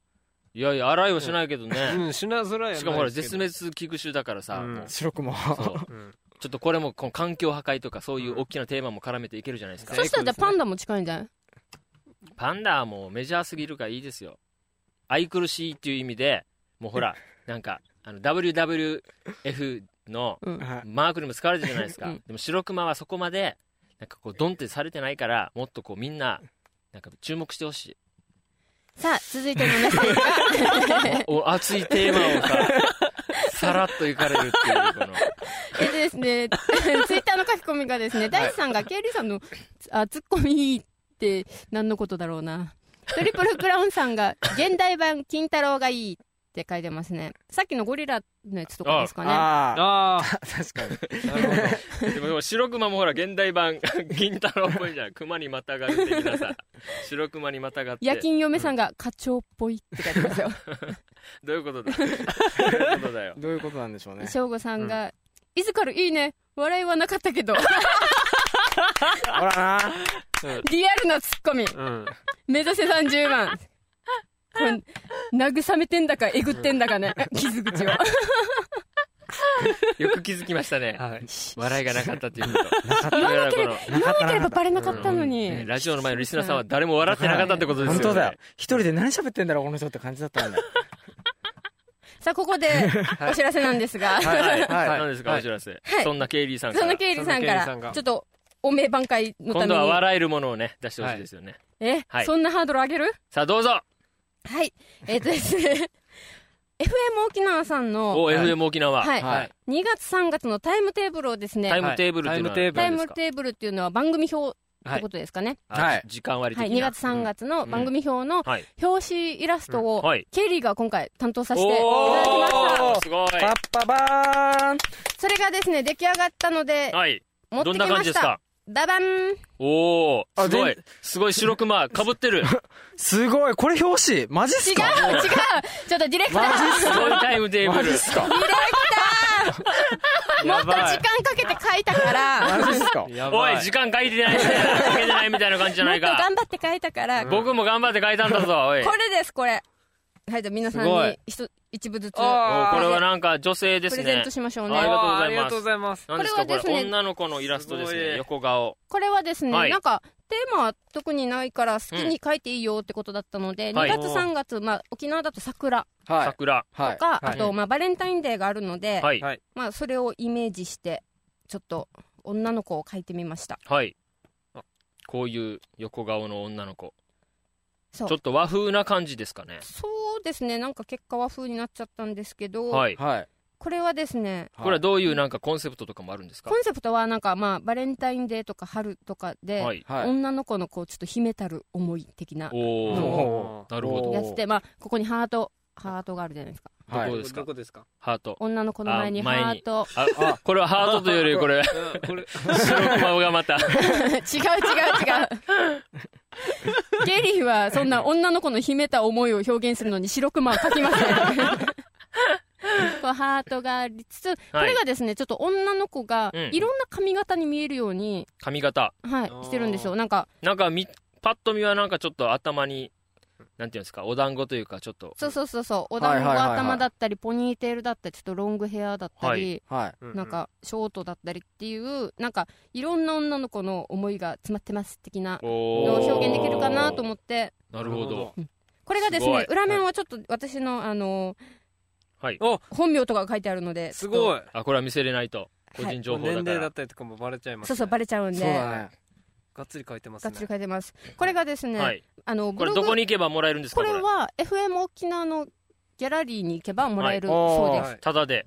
D: いやいや、洗いはしないけど
I: う
D: ね。
I: ん品ぞらえはないで
D: し
I: すけど
D: かもほら、絶滅危惧種だからさ、
I: うん
D: もう
F: 白熊。
D: そう
I: うん
D: ちょっとこれも、この環境破壊とか、そういう大きなテーマも絡めていけるじゃないですか
C: そ。したらじゃあパンダも近いんじゃない
D: パンダはもうメジャーすぎるからいいですよ。愛くるしいっていう意味で、も
C: [LAUGHS]
D: うほら、なんか、あの、WWF の
C: うん。
F: [LAUGHS] はい
D: マークにも使われてるじゃないですか。
C: うん
D: でも、白熊はそこまで、なんかこう、ドンってされてないから、もっとこう、みんな、なんか注目してほし
C: [LAUGHS]
D: い。
C: さあ、続いてのメッセージが。
D: お熱いテーマをさ、さらっといかれるっていう、この。
C: えっとですね、 [LAUGHS] ツイッターの書き込みがですね、大地さんがケイリーさんの、あ、ツッコミって何のことだろうな。トリプルクラウンさんが、現代版金太郎がいいって書いてますね。さっきのゴリラのやつとかですかね。
F: あ
I: あ
F: あ、確かに。
I: あなるほど
D: でも白熊もほら現代版 [LAUGHS] 銀太郎っぽいじゃん熊にまたがる的なさ白熊にまたがって
C: 夜勤嫁さんが課長っぽいって書いてますよ。
D: どういうこと
C: [LAUGHS]
D: だどういうことだよ
F: どういうことなんでしょうね。
C: 省吾さんが、いずかるいいね。笑いはなかったけど、 [LAUGHS]
F: ほらな。
C: リアルなツッコミ。
I: うん
C: 目指せ30万。これ、慰めてんだか、えぐってんだかね。傷口を。
D: よく気づきましたね
I: はい
D: 笑いがなかったっていうこと
C: 言わなければ
D: だか、
C: 言わなければバレなかったのに。
D: らこのラジオの前のリスナーさんは誰も笑ってなかったってことですよ、
F: 本
D: ね、
F: 当だよ。一人で何喋ってんだろう、この人って感じだったんだよ。
C: さあ、ここでお知らせなんですが、
D: はい
F: は
D: はいい何ですかお知らせ、
C: はい
D: そんなケイリーさんか
C: その
D: ら
C: 経理さんか
I: その経理さん
C: ら、
I: が
C: ちょっと、お名挽回のた
D: 今
C: め
D: 度は
C: に。
D: 笑えるものをね出してほしいですよね、
C: え、
D: はい
C: そんなハードル上げる
D: さあどうぞ
C: はい。えっ、とですね、FM 沖縄さんの、
D: お FM 沖縄、
C: はい、
F: はい
C: 2月3月のタイムテーブルをです
D: タイ
C: ね、
D: ムテーブルっていうのは
I: タイムテーブル
C: タイムテーブルっていうのは番組表ということですかね。
F: はい
D: 時間割
C: は
D: 的
C: い、2
D: に
C: 月3月の番組表の
D: はい
C: 表紙イラストを
D: うんはい、
C: ケリーが今回担当させていただきました。
D: おーすごい
F: パッパバーン
C: それがですね、出来上がったので、
D: はい
C: 持って
D: どん
C: き
D: な感
C: ま
D: じで
C: し
D: す
C: た
D: か。
C: ダバン
D: おお
F: あ
D: すごい
F: 全
D: すごい白クマかぶってるす
F: すごいこれ表紙マジっ
C: 違う違
F: す
C: う
F: か
C: ちょっとディレクター
F: マジっす
D: ごい
F: か
D: タイムテーブ
F: マジ
D: ル
F: っすか
C: もっと時間かけて書いたから、
F: マジっすか
H: や
D: お
H: ばい
D: い時間書いてない書けてないみたいな感じじゃ
C: も
D: な
C: っ
D: い
C: と
D: か
C: 頑張って書いたから、こ
D: 僕も頑張って書いたんだぞおい
C: れです、これ。はい、じゃあ皆さん
D: すご
C: に
D: い
C: 一つ一部ずつ、プ
D: お
F: あ
D: これはなんか女性です
C: レゼン
D: ね
C: トしましょう
D: あり
C: ね
D: が。
I: あーあり
D: が
I: が
D: と
I: と
D: う
I: う
D: ご
I: ございます。
D: 何ですか
C: これ
D: こ
C: は
D: れ
C: ですね
D: 女の子のイラストです
I: すご
D: ね
I: い
D: 横顔
C: これはですね、
D: はい
C: なんか、テーマは特にないから好きに書いていいよってことだったので、
D: はい
C: 2月3月、まあ、沖縄だと桜
F: はい
D: 桜
F: は
C: と
F: い
C: か、
F: は
C: あ
F: い
C: と、まあ、バレンタインデーがあるので、
D: はい
I: はい
C: まあ、それをイメージして、ちょっと、女の子を書いてみました。
D: はいこういう横顔の女の子ち
C: そ
D: ょ
C: う
D: っと和風な感じですかね
C: そうですね、なんか結果は風になっちゃったんですけど、
D: はい
F: はい
C: これはですね、
D: これはどういうなんかコンセプトとかもあるんですか
C: コンセプトはなんかまあバレンタインデーとか春とかで、
D: はい
F: はい
C: 女の子のこうちょっと秘めたる思い的な
D: お
F: お
D: おなるほど
C: やつでまあここにハートハートがあるじゃないですか
D: ど
F: はい
D: こですか
I: どこですか
D: ハート
C: 女の子の前に
D: あ
C: ハ
D: 前に
C: ート
D: あこれはハートというよりこれ
I: これ、
D: 白クマがまた
C: 違う違う違うゲリーはそんな女の子の秘めた思いを表現するのに白クマは書きませんこうハートがありつつ、これがですねちょっと女の子が
D: うん
C: いろんな髪型に見えるように、
D: 髪型
C: はいしてるんですよなんか
D: なんかみパッと見はなんかちょっと頭になんていうんですかお団子というかちょっと
C: そうそうそうそうお
F: はい
C: 団
F: はい
C: 子
F: はいはい
C: 頭だったりポニーテールだったりちょっとロングヘアだったり、
F: はい
I: な
C: なん、かショートだったりっていうなんかいろんな女の子の思いが詰まってます的な
D: お
C: のを
D: ー
C: 表現できるかなと思って
D: なるほど
C: これがです
D: すご
C: ね
D: い
C: 裏面はちょっと私のあの
D: はい
C: 本名とかが書いてあるのです
I: ご
C: い
I: い。
D: あこれは見せれないと個人情報だ
I: 年
D: か
I: 齢だ
D: ら
I: ったりとかもバレちゃいます、
C: そうそうバ
I: レ。
C: レちゃうんで
F: そうだね
I: がっつり書いてます
C: が
I: ね。
C: っつり書いてますこれがですね、
D: はい
C: あの
D: こ
C: ブ
D: れ
C: ログ
D: ど
C: こ
D: こ
C: れ
D: に行けばもらえるんですかこれ
C: は FM 沖縄のギャラリーに行けばもらえる
F: はいおー
C: そうで
I: は
C: す
I: い
D: ただで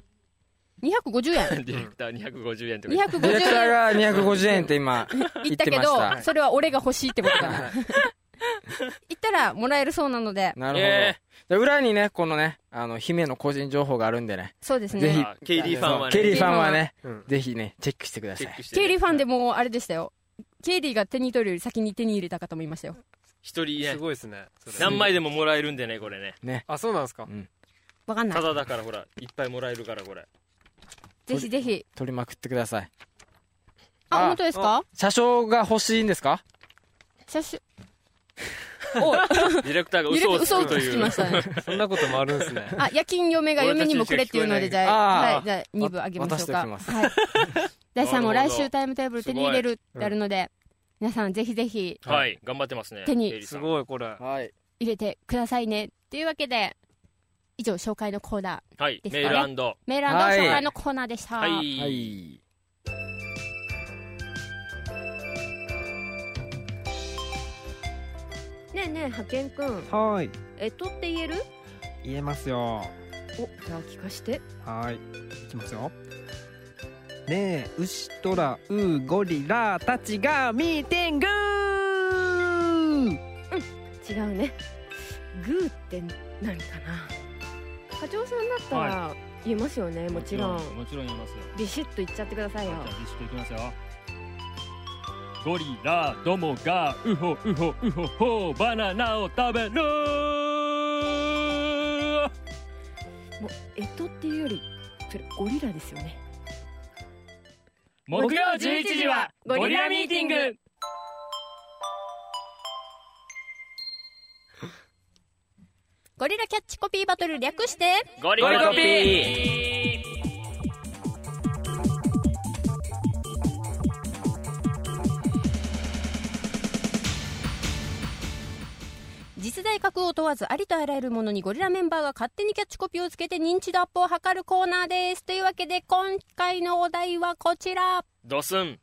C: 250円
D: [LAUGHS] ディレクター250円とか言って
F: ディレクタ
C: 250
F: ー
C: 円
F: が250円って今
C: 言ったけ
F: 言ってまし
C: ど、
F: た
C: それは俺が欲しいってことだ。言ったらもらえるそうなので、
F: な
D: え
F: るほどで裏にねこのねあの姫の個人情報があるんでね
C: そうです
F: ぜひ
C: ね。
D: あ KD ファンはね
F: ケリーさんはね
I: うん
F: ぜひねチェックしてくだ
D: チ
F: さ
D: ェッ
F: い
D: クして
C: ケイリー
D: ね
C: ファンでもうあれでしたよ。ケイリーが手に取るより先に手に入れた方もいましたよ。
D: 一人
I: す
D: ね
I: ごいですね。それ
D: 何枚でももらえるんでねこれね
I: あ、そうなんですか。
C: わかんな
D: た
C: い。
D: だだからほらいっぱいもらえるからこれ
C: ぜひぜひ。
F: 取りまくってください
C: あ、
F: あ
C: 本当ですか
F: 車掌が欲しいんですか
C: 写真。おい、
D: ディレクターが
C: ゆれ
D: 嘘をつ
C: 嘘を
D: く
C: つ
D: とい
C: き
D: う
C: ましたね。
I: そんなこともあるんですね。
C: あ、夜勤嫁が嫁にもくれっていうので、じゃあ、はい、
F: 俺たち
C: じゃあ2部あげましょうか。
F: 渡しとき
C: はい。第3も
D: なる
C: 来
D: ほど
C: 週タイムテーブル手に入れるってあるので、皆さんぜひぜひ
D: はい頑張ってますね
C: 手に
D: ケイリー
I: す
D: さん
I: ごい、これ。
F: はい
C: 入れてくださいね。っていうわけで、以上紹介のコーナー。
D: はい
C: ですか
D: メ
C: ね
D: ールアンド
C: メールアド紹介のコーナーでした。
D: は
F: はいい
B: ねえねえ派遣くん
K: はい
B: えとって言える
K: 言えますよ
B: おじゃあ聞かして
K: はいいきますよねえ牛とらうゴリラたちがミーティング
B: 違うねグーって何かな課長さんだったら言えますよね、もちろん
E: もちろん言いますよ
B: ビシッと言っちゃってくださいよ
E: じゃあビシッといきますよゴリラどもがウホウホウホホーバナナを食べる
B: もうえとっていうよりそれゴリラですよね
E: 木曜11時はゴリラミーティング
C: ゴリラキャッチコピーバトル略して、
D: ゴリラ
I: ゴリコピ
C: 実在格を問わずありとあらゆるものにゴリラメンバーが勝手にキャッチコピーをつけて認知度アップを図るコーナーです。というわけで今回のお題はこちら。
D: ドスン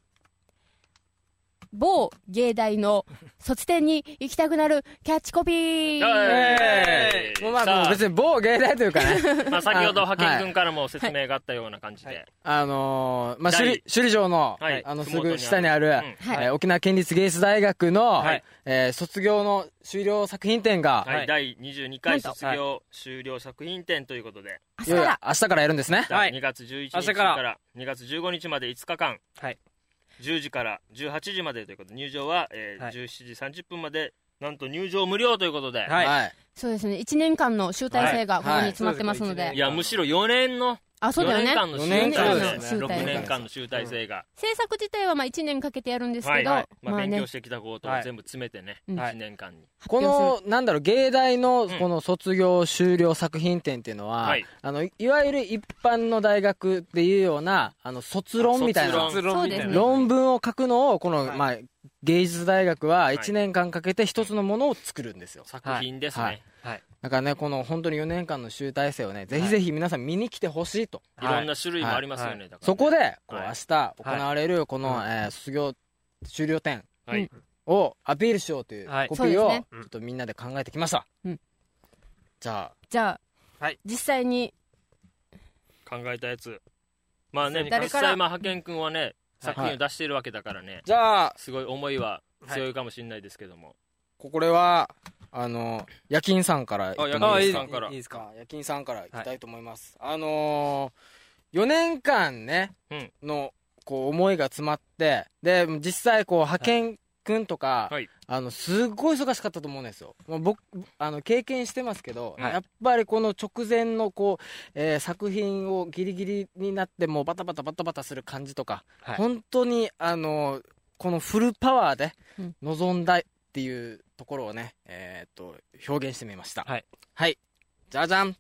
C: 某芸大の卒展に行きたくなるキャッチコピー
D: え
F: もうまあ
D: さ
F: もう
D: あ
F: 別に某芸大というか
D: [LAUGHS]
F: ね
D: まあ、先ほど
F: はい
D: 派遣君からも説明があったような感じで、
F: あのーまあ
D: 第
F: 首里首里城の、
D: はい
F: あの
D: ふも
F: す
D: とにあ
F: ぐ
D: る
F: 下にある
D: うん
C: はい
F: えー沖縄県立芸術大学の、
D: はい
F: えー卒業の終了作品展が、
D: はい
F: い
D: 第22回卒業終了作品展ということで、
C: 明日
F: よ
C: か
F: いよ
C: ら
F: 明日からやるんですね
I: はい
D: 2月11
I: 明
D: 日
I: 日
D: か
I: から
D: ら2月15日まで5日間、
I: はい
D: 10時から18時までということで入場は、えー
I: はい
D: 17時30分までなんと入場無料ということで、
I: はい
C: そうですね1年間の集大成がここに詰まってますので、
I: はいはい
D: い、やむしろ4年の
C: あそうだよ
D: 4
C: ね
D: 年間の集
F: 四年間の集
D: 大成
C: 大成
D: 6年間の集大成が、
C: 制作自体はまあ1年かけてやるんです
D: は
C: け
D: い
C: ど、
D: はいまあ、
C: まあ
D: 勉
C: ね
D: 強してきたことを全部詰めてね、
C: はい
D: 1年間に、
F: このなんだろう芸大のこの卒業終了作品展っていうのは、
D: はい
F: あのいいわゆる一般の大学でいうようなあの卒論みたいな
D: 卒論
C: そうですね
F: 論文を書くのをこの、まあ、芸術大学はい1年間かけて一つのものを作るんですよ、
D: 作品ですね、
F: はいいだからねこの本当に4年間の集大成をねぜひぜひ皆さん見に来てほしいと、
D: ろんな種類もありますよね、だから
F: そこでこう
D: はい
F: 明日行われるこの、えー卒業終了展
D: はい
F: をアピールしようという
I: はい
F: コピーを
C: そう
F: ち
C: ですね
F: ょっとみんなで考えてきました、
C: うん
F: じゃあ
C: じゃあ、
I: はい
C: 実際に
D: 考えたやつまあね
C: 誰
D: 実
C: か
D: 際
C: ら
D: まあ派遣君はね作品を出してるわけだからね、
F: じゃあ
D: すごい思いは強いかもしれないですけども、
F: これはあの夜勤さんから言ってもいいです
D: あ夜勤さんから
F: いいですか夜勤さんからいきたいと思います、あのー、4年間ね、
D: うん
F: のこう思いが詰まってで実際こう派遣くんとか、
D: はい
F: あのすっごい忙しかったと思うんですよ、まあ、僕あの経験してますけど、
D: はい
F: やっぱりこの直前のこう、えー作品をギリギリになってもうバタバタバタバタする感じとか、
I: はい
F: 本当にあのーこのフルパワーで
C: うん
F: 臨んだっていうところをね、えーっと表現してみました
I: はい、
F: はいじゃじゃん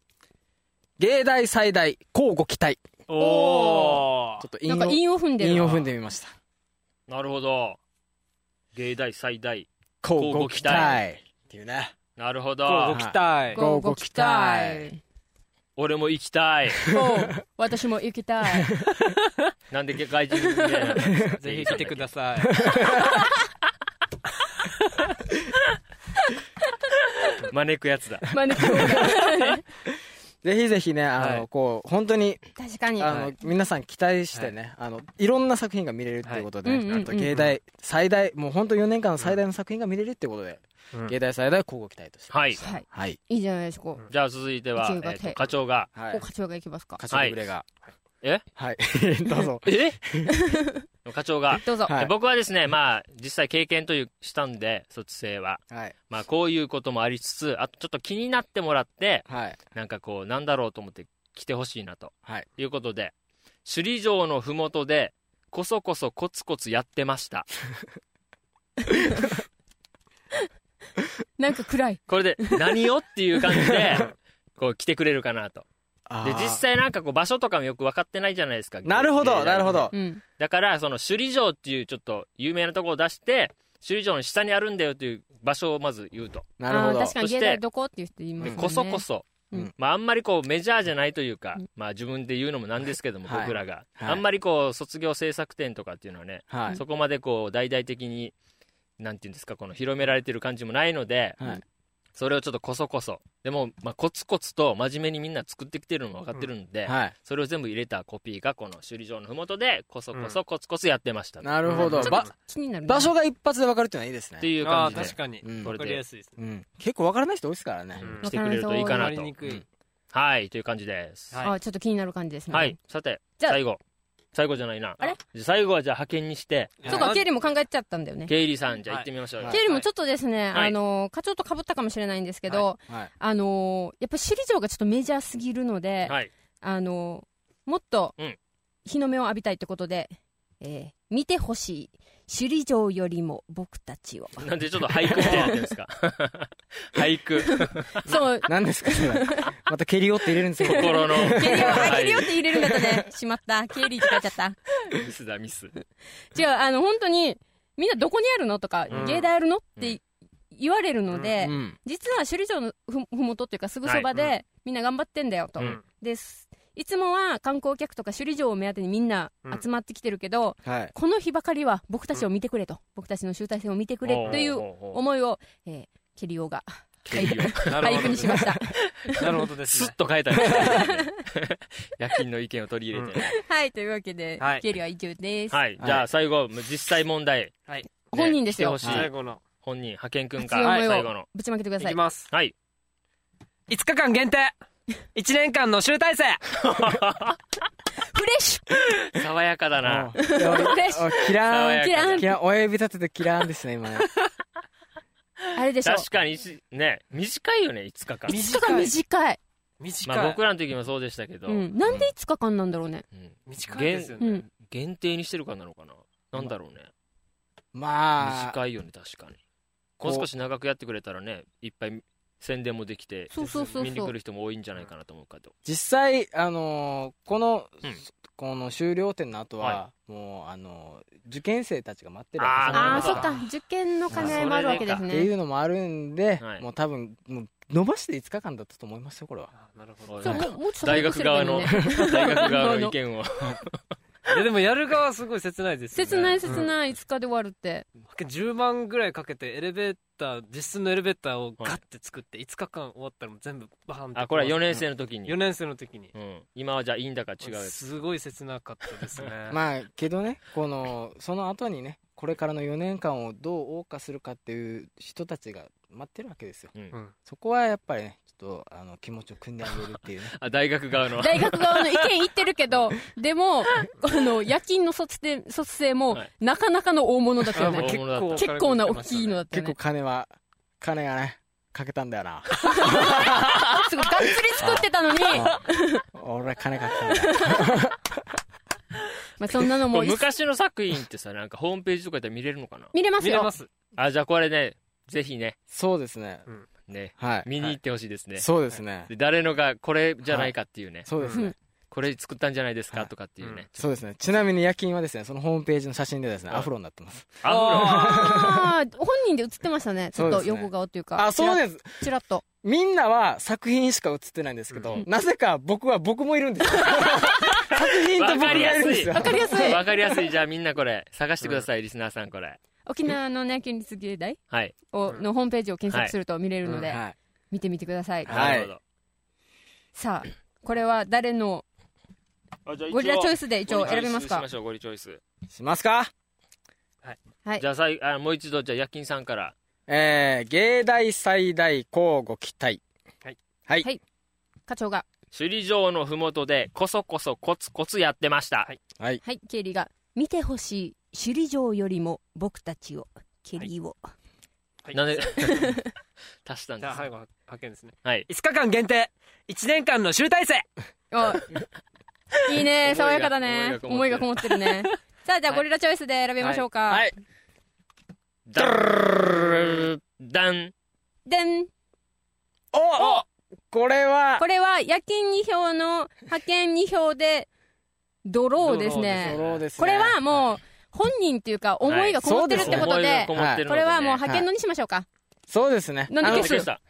F: 芸大最大交互期待ち
D: おお
F: ょっと
C: な
F: 韻
C: んか
F: を
C: 韻を踏んでる
F: 韻を踏んでみました
D: なるほど芸大最大
F: 交互
D: 互期
F: 期
D: 待
F: 待っていうね
D: なるほ
F: 交
D: ど
F: 互期
I: 待
C: ごご期待
D: 俺も行きたい
C: そう私も行きたい
D: [LAUGHS] なんで外人みたいな
I: ぜひ来てください
D: [LAUGHS] 招くやつだ
C: まあね今日が
F: ぜひぜひねあの、
I: はい
F: こう本当に
C: 確かに
F: あの、皆さん期待してね、い、あのいろんな作品が見れるっていうことで、
C: はいうんうんうん
F: あと芸大最大もう本当4年間の最大の作品が見れるっていうことで、芸大最大交互期待として
D: はい
C: はい
F: はい
C: いいじゃないですか、
D: じゃあ続いては、
C: 一応が
D: えーと課長が
F: は
C: お
F: い
C: 課長が行きますか
F: 歌唱ブレが
D: え
F: はい [LAUGHS] どうぞ
D: え [LAUGHS] 課長が
C: どうぞ、
F: はい
D: 僕はですねまあ実際経験というしたんで卒生は
F: はい
D: まあこういうこともありつつあとちょっと気になってもらって
F: はい
D: なんかこうなんだろうと思って来てほしいなと、
F: はい
D: い、うことで首里城のふもとでこそこそコツコツやってました
C: なんか暗い
D: これで何をっていう感じ
F: [LAUGHS]
D: でこう来てくれるかなと
F: あ
D: で
F: ー
D: 実際なんかこう場所とかもよく分かってないじゃないですか
F: なるほ
D: 例題
F: ど
D: で
F: なるほど
C: うん
D: だからその首里城っていうちょっと有名なところを出して首里城の下にあるんだよという場所をまず言うと
F: なるほ
C: あー
F: ど
C: 確かに
D: そして
C: 芸大どこって言っています
D: で
C: よね
D: こそこそ、
C: うん
D: まあ、あんまりこうメジャーじゃないというか、
C: うん
D: まあ、自分で言うのもなんですけども、
F: はい
D: 僕らが、
F: はい
D: あんまりこう卒業制作展とかっていうのはね、
F: はい
D: そこまでこう大々的になんていうんですかこの広められてる感じもないので、
F: はい
D: それをちょっとこそこそでも、まあ、コツコツと真面目にみんな作ってきてるのも分かってるので、
F: はい
D: それを全部入れたコピーがこの首里城のふもとでこそこそコツコツやってました、っ
F: なるほどば
C: 気になるね
F: 場所が一発で分かるっていうのはいいですね
D: ていう
I: あ
D: 感
I: ー
D: じで
I: 確かに
F: うん
D: こ
I: わ
D: れ
I: かりや
D: です
I: いですね
F: うん結構分からない人多いですからね
D: してくれるといいか
I: わか
D: な
I: り
D: と
I: にくい
D: はいという感じです
I: はい
C: あちょっと気になる感じですね
D: はい、さて、
C: じゃあ
D: 最後。最後じゃないな。
C: あれ
D: じゃ最後はじゃあ派遣にして、
C: そうか、ケイリーも考えちゃったんだよね。ケ
D: ケイリーさん、じゃあ行ってみましょうよ。
C: イリーもちょっとですね、
D: はい
C: あの、課長と被ったかもしれないんですけど、
F: はい
C: あの、やっぱり首里城がちょっとメジャーすぎるので、
D: はい。
C: あの、もっと
D: うん、
C: 日の目を浴びたいってことで、えー見てほしい。首里城よりも僕た
D: [LAUGHS]
C: ちを。
D: なんでちょっと俳句みたいになってるんで
C: [LAUGHS]
D: すか俳句。
C: そう、
F: 何ですかそれまた蹴り折って入れるんですよ
D: 心の。
C: ケイリーを、あケイリーをっ
D: は
C: て入れるんだったね。しまった。ケイリーって書いちゃった。
D: いミスだ、ミス。
C: 違う、あの、本当に、みんなどこにあるのとか、
D: うん
C: 芸大あるのって言われるので、
F: うん
C: 実は首里城のふふもとっていうかすぐそばで、みんな頑張ってんだよと、
D: うん
C: ですいつもは観光客とか首里城を目当てにみんな集まってきてるけど、
F: はい。
C: この日ばかりは僕たちを見てくれと、僕たちの集大成を見てくれという思いを、えー、ケリオが
D: ケリオ
C: [LAUGHS] 俳句にしま
D: [LAUGHS]
C: した
I: なるほどです
D: ス
I: ね
D: ッと変えたね [LAUGHS] 夜勤の意見を取り入れて、
C: はいというわけで、
I: はい
C: ケリオは以上です、
D: はいじゃあ最後実際問題、
I: はい
D: ね
C: 本人ですよ
D: 来てほしい
I: 最後の
D: 本人派遣くん
C: 熱
D: か
C: い
D: ら、
C: 思
D: はいい、
C: を
D: 最後の
C: ぶちまけてくだ
I: い
C: さい
I: きます
D: はい
I: 5日間限定1年間の集大成
C: フレッシ
D: 爽やかだ [LAUGHS] な
C: ュフレッシュ
F: あキラーン。
C: キラーン
F: キラーン。親指立ててキラーンですね、今
D: [LAUGHS]
F: ね。
C: あれでしょ
D: 確かに一ね短いよね5日間
C: 5日間短い、
I: 短い、
D: まあ僕らの時もそうでしたけど、
C: うん、なんで5日間なんだろうね、
D: うん
I: 短いですよね、
C: うん
D: 限定にしてるからなのかななんだろうね
F: まあ、
D: 短いよね確かにもう少し長くやってくれたらねいっぱい宣伝もできて
C: そうそうそう
D: 見に
C: そ
D: 来
C: う
D: る人も多いんじゃないかなと思うけど
F: 実際、あのーこの
D: うん、
F: この終了点の後は
D: は、
F: もう、あのー受験生たちが待ってる
D: あ
F: わけ
D: ー
F: ですよ
D: な
C: あ
D: る
C: あ
D: ほ
C: そ
D: ど
C: っか受験の兼ね合いもあるわけです
F: ってい
C: ね
F: うのもあるんで、
D: はい
F: もう多分、もう伸ばして5日間だったと思いますよ、これは。
I: あなるほど
D: そう
C: そう
D: なんか
C: もうもうちょっと
D: 大学側の
C: 早くすればいいね
D: [LAUGHS] 大学側
C: [LAUGHS]
D: の意見を
I: いやでもやる側はすごい切ないですよね
C: 切ない
I: うん
C: 切ない5日で終わるって
I: 10万ぐらいかけてエレベーター実寸のエレベーターをガッて作って5日間終わったらもう全部バーンって
D: あこれは4年生の時に、
I: 4年生の時に
D: うん、今はじゃあいいんだから違うやつ
I: すごい切なかったですねまあ
F: まあ、けどね、この、その後にね、これからの4年間をどう謳歌するかっていう人たちが待ってるわけですよ。
D: うん
I: うん
F: そこはやっぱりね、ちょっと、あの、気持ちを組んであげるっていうね。
D: あ大学側
C: [LAUGHS]
D: の
C: 大学側の意見言ってるけど、 [LAUGHS] でも、この夜勤の卒生卒生も
D: はい、
C: なかなかの大物だったよ
D: あもう
C: ね。
D: 結構
C: 結構な大きいのだったよ
F: [LAUGHS] 結
C: ね
F: 構。金は、金がね、かけたんだよな。
C: すごい、がっつり作ってたのに、
F: [LAUGHS] 俺金かけたんだよ。
C: まあそんなの
D: こ
C: も
D: れ、昔の作品ってさなんかホームページとかで見れるのかな
C: 見れます
I: 見れ
C: よ
I: ま。す
D: あじゃあこれねぜひね
F: そうですね。
D: ね
F: はい。
D: 見に行ってほしいですね、
F: そうですね。
D: で誰のがこれじゃないかっていうね、
F: そうですね。
C: うん
D: これ作ったんじゃないですか
F: はい
D: とかっていうね、
F: そうですね。ちなみに夜勤はですね、そのホームページの写真でですね、アフロになってます。
D: アフ
C: ああ、本人で映ってましたね。ちょっ
F: そう
C: と
F: ですね
C: 横顔というか。
F: あ、そうです。
C: す。ちらっと。
F: みんなは作品しか映ってないんですけど、なぜか僕は僕もいる
C: [LAUGHS]
F: んですよ。作品
D: ロ
F: と
D: わ
F: 僕が
D: かりや
F: いるん
D: す
F: です
D: い
F: よ。
C: かりやすい
D: [LAUGHS] わかりやすいじゃあみんなこれ探してください、リスナーさんこれ
C: 沖縄のね、県立芸大
D: はい
C: を、のホームページを検索すると見れるので、
F: はい。
C: 見てみてください。
F: はい
D: なるほど
C: さあ、これは誰の、ゴ
D: ゴ
C: リラチョイ
D: ス
C: スで一応選べます
D: し
C: か
D: ましょうゴリチョイス
F: しますか
C: はい
D: じゃあさいあもう一度じゃあ夜勤さんから
F: えー、芸大最大交互期待。
C: 課長が。
D: 首里城のふもとでこそこそコツコツやってました、
C: はい、ケリーが。見てほしい、首里城よりも僕たちを、ケリーを。
I: はい
D: なんで足したん
I: じ
D: で
I: ゃあ
D: す
I: 最後派遣ですね
D: はい
I: 5日間限定1年間の集大成
C: おいいいね
D: 思いが
C: 爽やかだね思
D: 思
C: い
D: い
C: が
D: が
C: こ
D: こ
C: もってるねさあじゃあゴリラチョイスで選びましょうか、
F: はい。
D: ダンダン
C: でん
F: おおこれは、
C: これは夜勤2票の派遣2票でドローですね
F: ドローですね
C: これはもう本人っていうか思いがこもってるってこと
D: 思
C: で,、
D: いがこもってるのでね
C: これはもう派遣のにしましょうか、
F: そうですね。
C: なんで消
D: あ消
C: す
D: した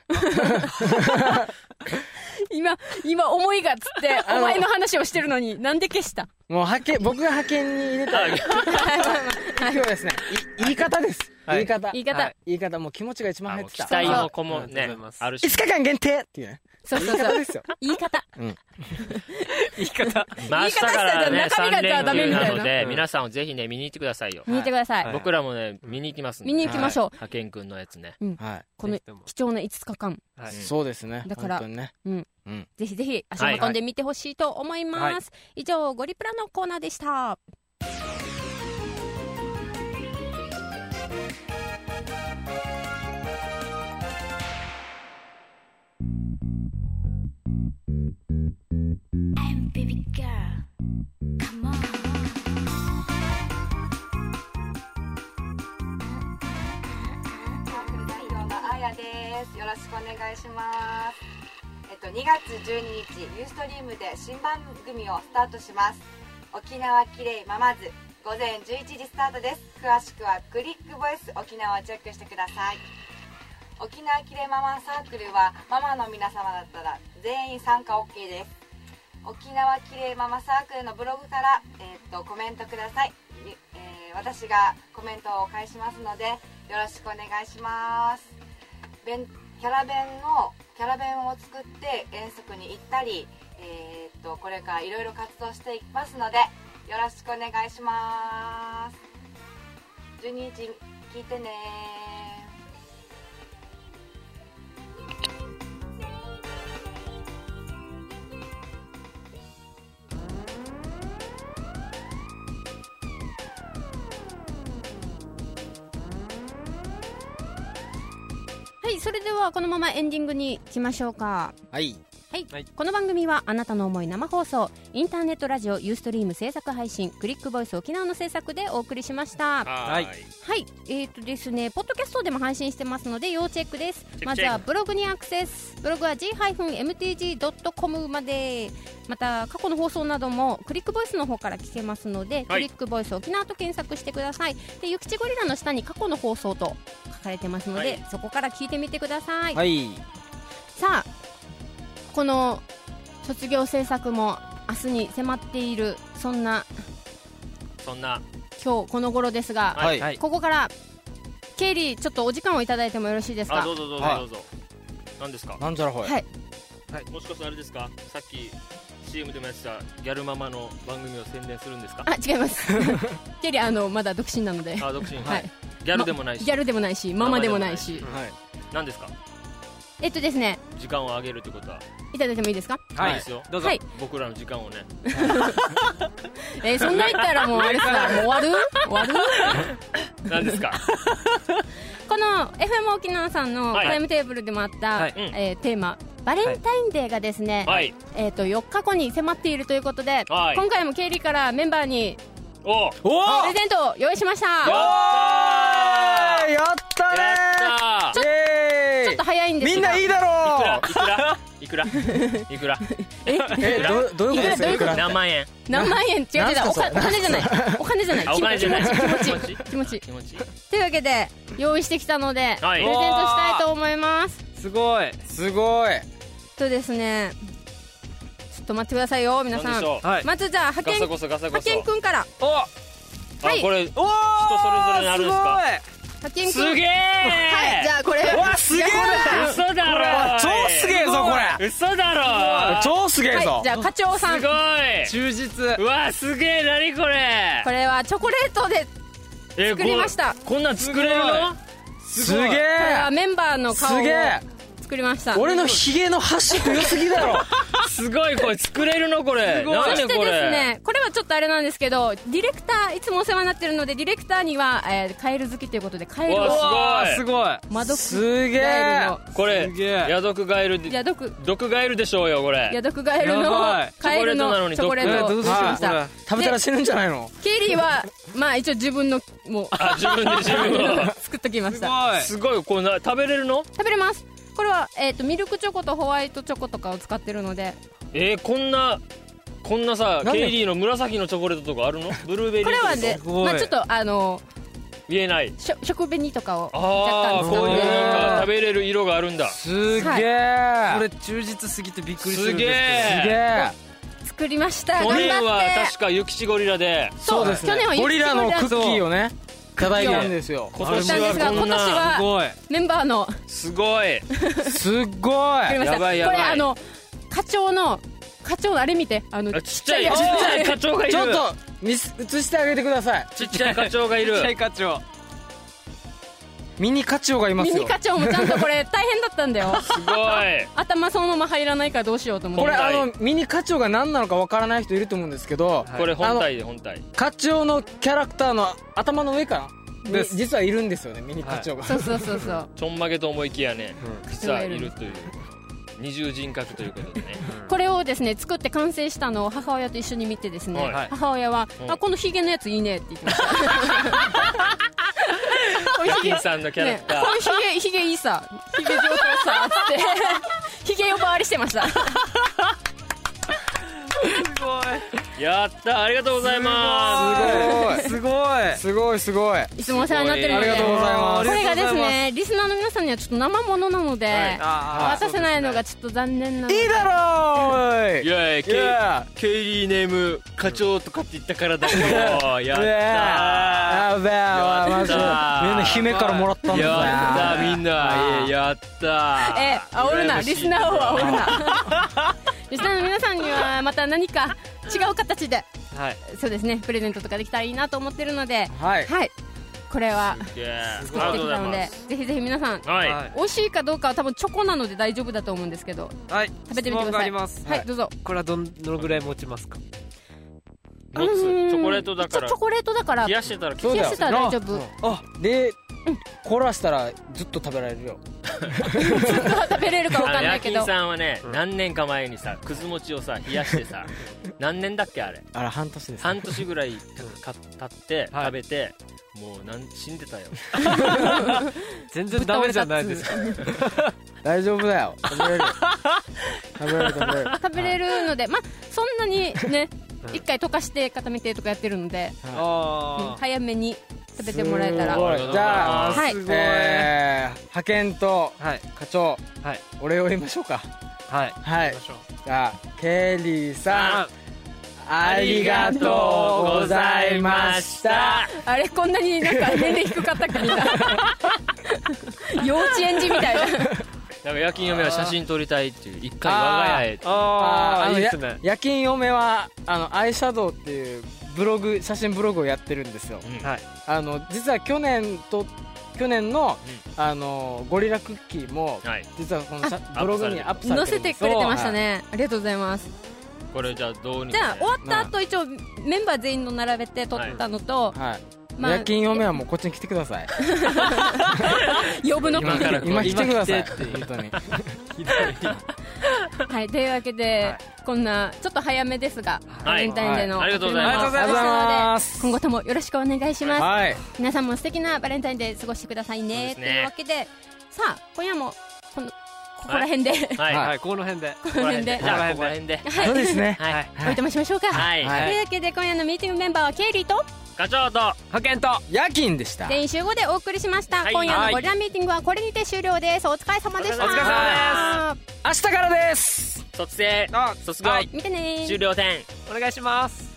C: 今今思いがつって
F: あの
C: お前の話をしてるのになんで消した
F: もう派遣、僕が派遣に入れた [LAUGHS] 今日はですね、い言い方です。言い方。
C: 言い方
F: は言い方、もう気持ちが一番
D: あ
F: 入
D: も
F: っ
D: う
F: て
D: 期
F: た。
D: 待もこ
I: あ
D: も
I: りがと
D: ね
I: うございます
D: あるし
F: 5日間限定っていうね。
C: そうそう
F: 言い
C: そ
F: 方
C: う
F: ですよ。
C: 言い方
I: 言い方
D: まあ明日から
C: 言い
D: ね
C: 方したら中身がじ
D: 3
C: ゃあ
D: 連
C: ダメ
D: 休
C: みたいな
D: なので
I: うん
D: 皆さんをぜひね見に行ってくださいよ
C: 見てください、
I: はい
D: 僕らもね見に行きますんで
C: 見に行きましょう、
D: 派遣くんのやつね
F: は
C: この
I: ぜひとも
C: 貴重な5日間
I: はい
F: い。そうですね。
C: だから
F: 本当にね。
C: ぜひぜひ足を運んでみてほしいと思います、
I: はいは
C: 以上ゴリプラのコーナーでした
J: サークル代表のあやです。よろしくお願いします。えっと2月12日ユーストリームで新番組をスタートします。沖縄きれいままず午前11時スタートです。詳しくはクリックボイス沖縄をチェックしてください。沖縄きれいママサークルはママの皆様だったら全員参加 OK です。沖縄きれいママサークルのブログから、えっとコメントください、ゆえー私がコメントを返しますのでよろしくお願いします弁キャラ弁のキャラ弁を作って遠足に行ったり、えーっとこれからいろいろ活動していきますのでよろしくお願いします12時聞いてね
C: はいそれではこのままエンディングに行きましょうか
F: はい
C: はい、
I: はい
C: この番組はあなたの思い生放送インターネットラジオユーストリーム制作配信クリックボイス沖縄の制作でお送りしました
D: はい
F: は
C: はい、えーとですね、ポッドキャストでも配信してますので要チェックです
D: チェック
C: まずはブログにアクセスブログは g-mtg.com までまた過去の放送などもクリックボイスの方から聞けますので、
D: はい
C: クリックボイス沖縄と検索してくださいでゆきちゴリラの下に過去の放送と書かれてますので、
D: はい
C: そこから聞いてみてください、
F: はい
C: さあこの卒業制作も明日に迫っているそんな
D: そんな
C: 今日この頃ですが、
F: はい
H: はい
C: ここからケイリーちょっとお時間をいただいてもよろしいです
D: あ
C: か
D: どうぞどうぞ
F: はい
D: どうぞ何ですか
F: なんじゃらほい
C: はい
D: もしかしてあれですかさっき CM でもやってたギャルママの番組を宣伝するんですか
C: あ違い
D: [LAUGHS]
C: ますケイリーあのまだ独身なので、
D: あ独身
C: はい
D: ギャルでもないし
C: ギャルでもないしママでもないし
F: はい
D: 何ですか
C: えっとですね
D: 時間をあげるってことはい
C: ただいてもいいですか、
D: はいいですよ
I: どうぞ、
C: はい
D: 僕らの時間をね
C: えーそんな言ったらもうあ
D: [LAUGHS]
C: れさもう終わる終わる
D: 何ですか
C: この FM 沖縄さんの
D: はい
C: タイムテーブルでもあった、
H: はい
D: うん
C: えーテーマバレンタインデーがですね、
D: はい
C: えー、と4日後に迫っているということで、
D: はい
C: 今回も経理からメンバーに
D: お
F: おお
C: プレゼントを用意しまし
D: や
C: た
D: った
F: やったね
D: ーやった
F: ーイエーイ
C: ちょっと早いんですが
F: みんないいだろ
D: ーいくらいくら
F: うえどどういうことですか
C: いくら
D: いくら何万円
C: 何万円違う違う
F: なんすか
C: お
F: それ
C: 金お金じゃ
F: [LAUGHS]
C: ないお金じゃない
D: あお金じゃない
C: 気持ち気持ち気持ち
D: 気持ちいい
C: というわけで用意してきたので、
D: はい
C: プレゼントしたいと思います
H: すごい
F: すごい
C: とですねちょっと待ってくださいよ皆
D: 何で
C: さん
D: しょう
H: はい
C: まずじゃあ派
D: ガ
C: 遣
D: サゴソガサゴ
C: 派遣
D: ソ
C: くんから
D: お
C: は
D: あ
C: い
D: これ
F: おお
D: 人それぞれにあるんですか
C: 派遣くん
D: すげえ
B: はいじゃあこれ
F: すごいわすげえ
D: 嘘だろ
F: な超すげえぞこれ
D: 嘘だろ
F: 超すげえ
C: は
F: ぞ
C: いじゃあ課長さん
D: すごい
H: 充実
D: うわすげえ何これ
C: これはチョコレートで
D: え
C: 作りました
D: ここんなん作れるの
F: すげ
C: これは
F: え
C: メンバーの顔
F: す
C: を
F: げえ
C: 作りました
F: 俺のヒゲの端強すぎだろ
D: すごいこれ作れるのこれ
C: そ
D: 何
C: して
D: ね
C: です
D: これ
C: ねこれはちょっとあれなんですけどディレクターいつもお世話になってるのでディレクターには、えーカエル好きということでカエル
D: う
C: を
D: わす
H: す
D: ご
H: ごい
C: マドク
F: すげ
C: ガエル
F: え
C: の
D: いこれ
H: すげえ
D: ヤドクガエルで
C: いや毒
D: 毒ガエルでしょうよこ
C: いや
D: れ
C: 毒ガエル
H: や
C: の
H: ばい
C: カエルのチ
D: チ
C: ョ
D: ョ
C: コ
D: コ
C: レ
D: レ
C: ー
D: ー
C: ト
F: ト
C: を用
F: の毒
C: 意しまし
F: は
C: た
F: 食べたら死ぬんじゃないの
C: ケリーはまあ一応自分のもう
D: あ自分で自分を
C: 作っときまし
H: すご
C: た
H: い
D: すごいこれな食べれるの
C: 食べれますこれは、えー、とミルクチョコとホワイトチョコとかを使ってるので
D: えーこんなこんなさ
F: なんで
D: ケイリーの紫のチョコレートとかあるのブルーベリー
C: これはね
D: とか、
H: ごい
C: まあ、ちょっとあの
D: 言えない
C: しょ食紅とかを
D: あ
C: 若
D: あ
C: 干
D: こうい
C: 使っ
D: う
C: て
D: なんか食べれる色があるんだ
F: すげ
C: はい
F: え
H: これ充実すぎてびっくりする
D: す
H: ん
D: げ
H: です
F: すげ
D: え
F: え
C: 作りました
D: 去
C: 頑
D: 年は
C: 張って
D: 確かユキシゴリラで
C: そう
F: そうですね
C: 去年は
F: ゴリラのクッキー
C: を
F: をねいただい
C: クッ
F: た
C: キー
F: んですよ
D: 今
C: したんです
D: 年
C: が
D: は
C: 今
D: こ
C: 年
D: んな
H: す
C: は
H: ごい
C: メンバーの
D: すごい
F: すっご
C: 作りまし
F: い
C: た
D: やばいやばい
C: これあの課長の課長のあれ見てあの
D: あちっちゃいち
C: や
D: っ
C: つ
D: ちゃい課長がいる
F: ちょっと見す映してあげてください
D: ちっちゃい課長がいる
H: ちっちゃい課長
F: ミニ課長がいます
C: [LAUGHS] ミニ
F: よ
C: 課長もちゃんとこれ大変だったんだよ
D: すごい
C: 頭そのまま入らないからどうしようと思っ
F: こ
C: て
F: れ
D: 問題
F: あのミニ課長が何なのかわからない人いると思うんですけど
D: これ本体で本体
F: 課長のキャラクターの頭の上から
H: で
F: に
H: す
F: 実はいるんですよねミニ課長が
C: そうそうそうそう
D: ちょんまげと思いきやね実はい
C: い
D: る
C: る
D: という二重人格ということでね
C: これをですね作って完成したのを母親と一緒に見てですね、
D: はい
C: 母親は、
D: うん
C: あこのヒゲのやついいねって言ってましたこのヒゲ
D: 金さんのキャラ
C: ね
D: ク
C: こ
D: ター
C: のヒゲヒゲいいさヒゲ上等さってヒゲ呼ばわりしてました
H: すごい
D: やったありがとうございます
F: す
I: すごい
F: すごいすごい
C: いつもお世話になってるので
F: ありがとうございます
C: これがです
I: あ
C: ねリスナーの皆さんにはちょっと生ものなので、
I: あー
C: 渡せないのがちょっと残念なので
F: いいだろう
D: い
F: い
D: やいや
F: や
D: ケイケイリーネーム課長とかって言ったからだけどやったー
F: やべえマジでみんな姫からもらったんだ
D: やったーみんなえやったー
C: え煽るな
D: 羨ましい
C: リスナーを煽る
D: [LAUGHS]
C: なリスナーの皆さんにはまた何か違う形で
D: はい
C: そうですねプレゼントとかできたらいいなと思ってるので
F: はい
C: はいこれは
D: イエー
C: 作っ
D: イ
C: てきたの
D: ありがとうございま
C: ですぜひぜひ皆さん
D: はい、
I: はい
C: 美味しいかどうかは多分チョコなので大丈夫だと思うんですけど
I: はい
C: 食べてみてください
I: 質問があります
C: はいどうぞ
I: これはどんどのぐらい持ちますか
D: 持つ
C: うん
D: チョコレートだから
C: 一応チョコレートだから
D: 冷
C: 冷
D: やしてたら
F: そう
C: や
F: だよ
C: してたら大丈夫ずっ
F: あで凍らしたらずっと食べられるよ
C: とは食べれるかわかんないけ
D: あのヤキン
C: ど
D: さんはね、何年か前にさくず餅をさ冷やしてさ何年だっけあれ
H: あら半年です
D: 半年ぐらいか経って食べて、もうなん死んでたよ
I: 全然ダメじゃないですか
F: 大丈夫だよ食べれる食べれる食べれる
C: 食べれるのでまあそんなにね一回溶かして固めてとかやってるのでうん
I: あー
C: 早めに食べてもらえたら
F: すごいじゃあ
C: はい
F: えー派遣と
I: はい
F: 課長
I: はい
F: お礼を言いましょうか
I: はい
F: はいじゃあケリーさんありがとうございました
C: あれこんなになんか年齢低かったっけみんな幼稚園児みたいな
D: なんか夜勤嫁は写真撮りたいっていう一回我が家へ
I: あ
F: あ
I: あ
F: の
I: いいで
F: や
I: すね
F: 夜勤嫁はあのアイシャドウっていうブログ写真ブログをやってるんですよ、
D: うん
I: はい
F: あの実は去年と去年の,、あのゴリラクッキーも
D: はい
F: 実はこの写ブログにアップされ
C: 載
F: てる
C: せ
F: んで
C: て
F: す
C: くれてましたねありがとうございます
D: これじゃあどうに
C: じゃ
D: か
C: あ終わった後一応メンバー全員の並べて撮ったのと
F: そうはい、はい
C: まあ
F: 夜勤嫁はもうこっちに来てく
C: [LAUGHS]
F: ださい
C: 呼ぶの
D: 今から
F: 今来てください
D: 今来
F: 本当に
C: はいというわけでこんなちょっと早めですがバ
D: はい
C: レンタインデーの
D: はいありがとうございま
C: お
D: す
C: 送りもので
F: ありがとうございます
C: 今後ともよろしくお願いします
F: はい
C: 皆さんも素敵なバレンタインデー過ごしてくださいね
D: そ
C: と
D: うですね
C: いうわけでさあ今夜もこのこ [LAUGHS] こら辺で
D: はい、
F: は
I: はいこの辺で
C: ここら辺で
D: じゃあここら辺で
F: そうですね
D: はい、
C: おいとましましょうか
D: はい
C: というわけで今夜のミーティングメンバーはケイリーと
D: 課長と
I: 派遣と
F: 夜勤でした
C: 全員集合でお送りしました、
D: はい
C: 今夜のゴリラミーティングはこれにて終了ですお疲れ様でした
D: お疲れ様
F: 明日からです
D: 卒生
I: あ
D: 卒業
I: はい
C: 見てねー
D: 終了点
I: お願いします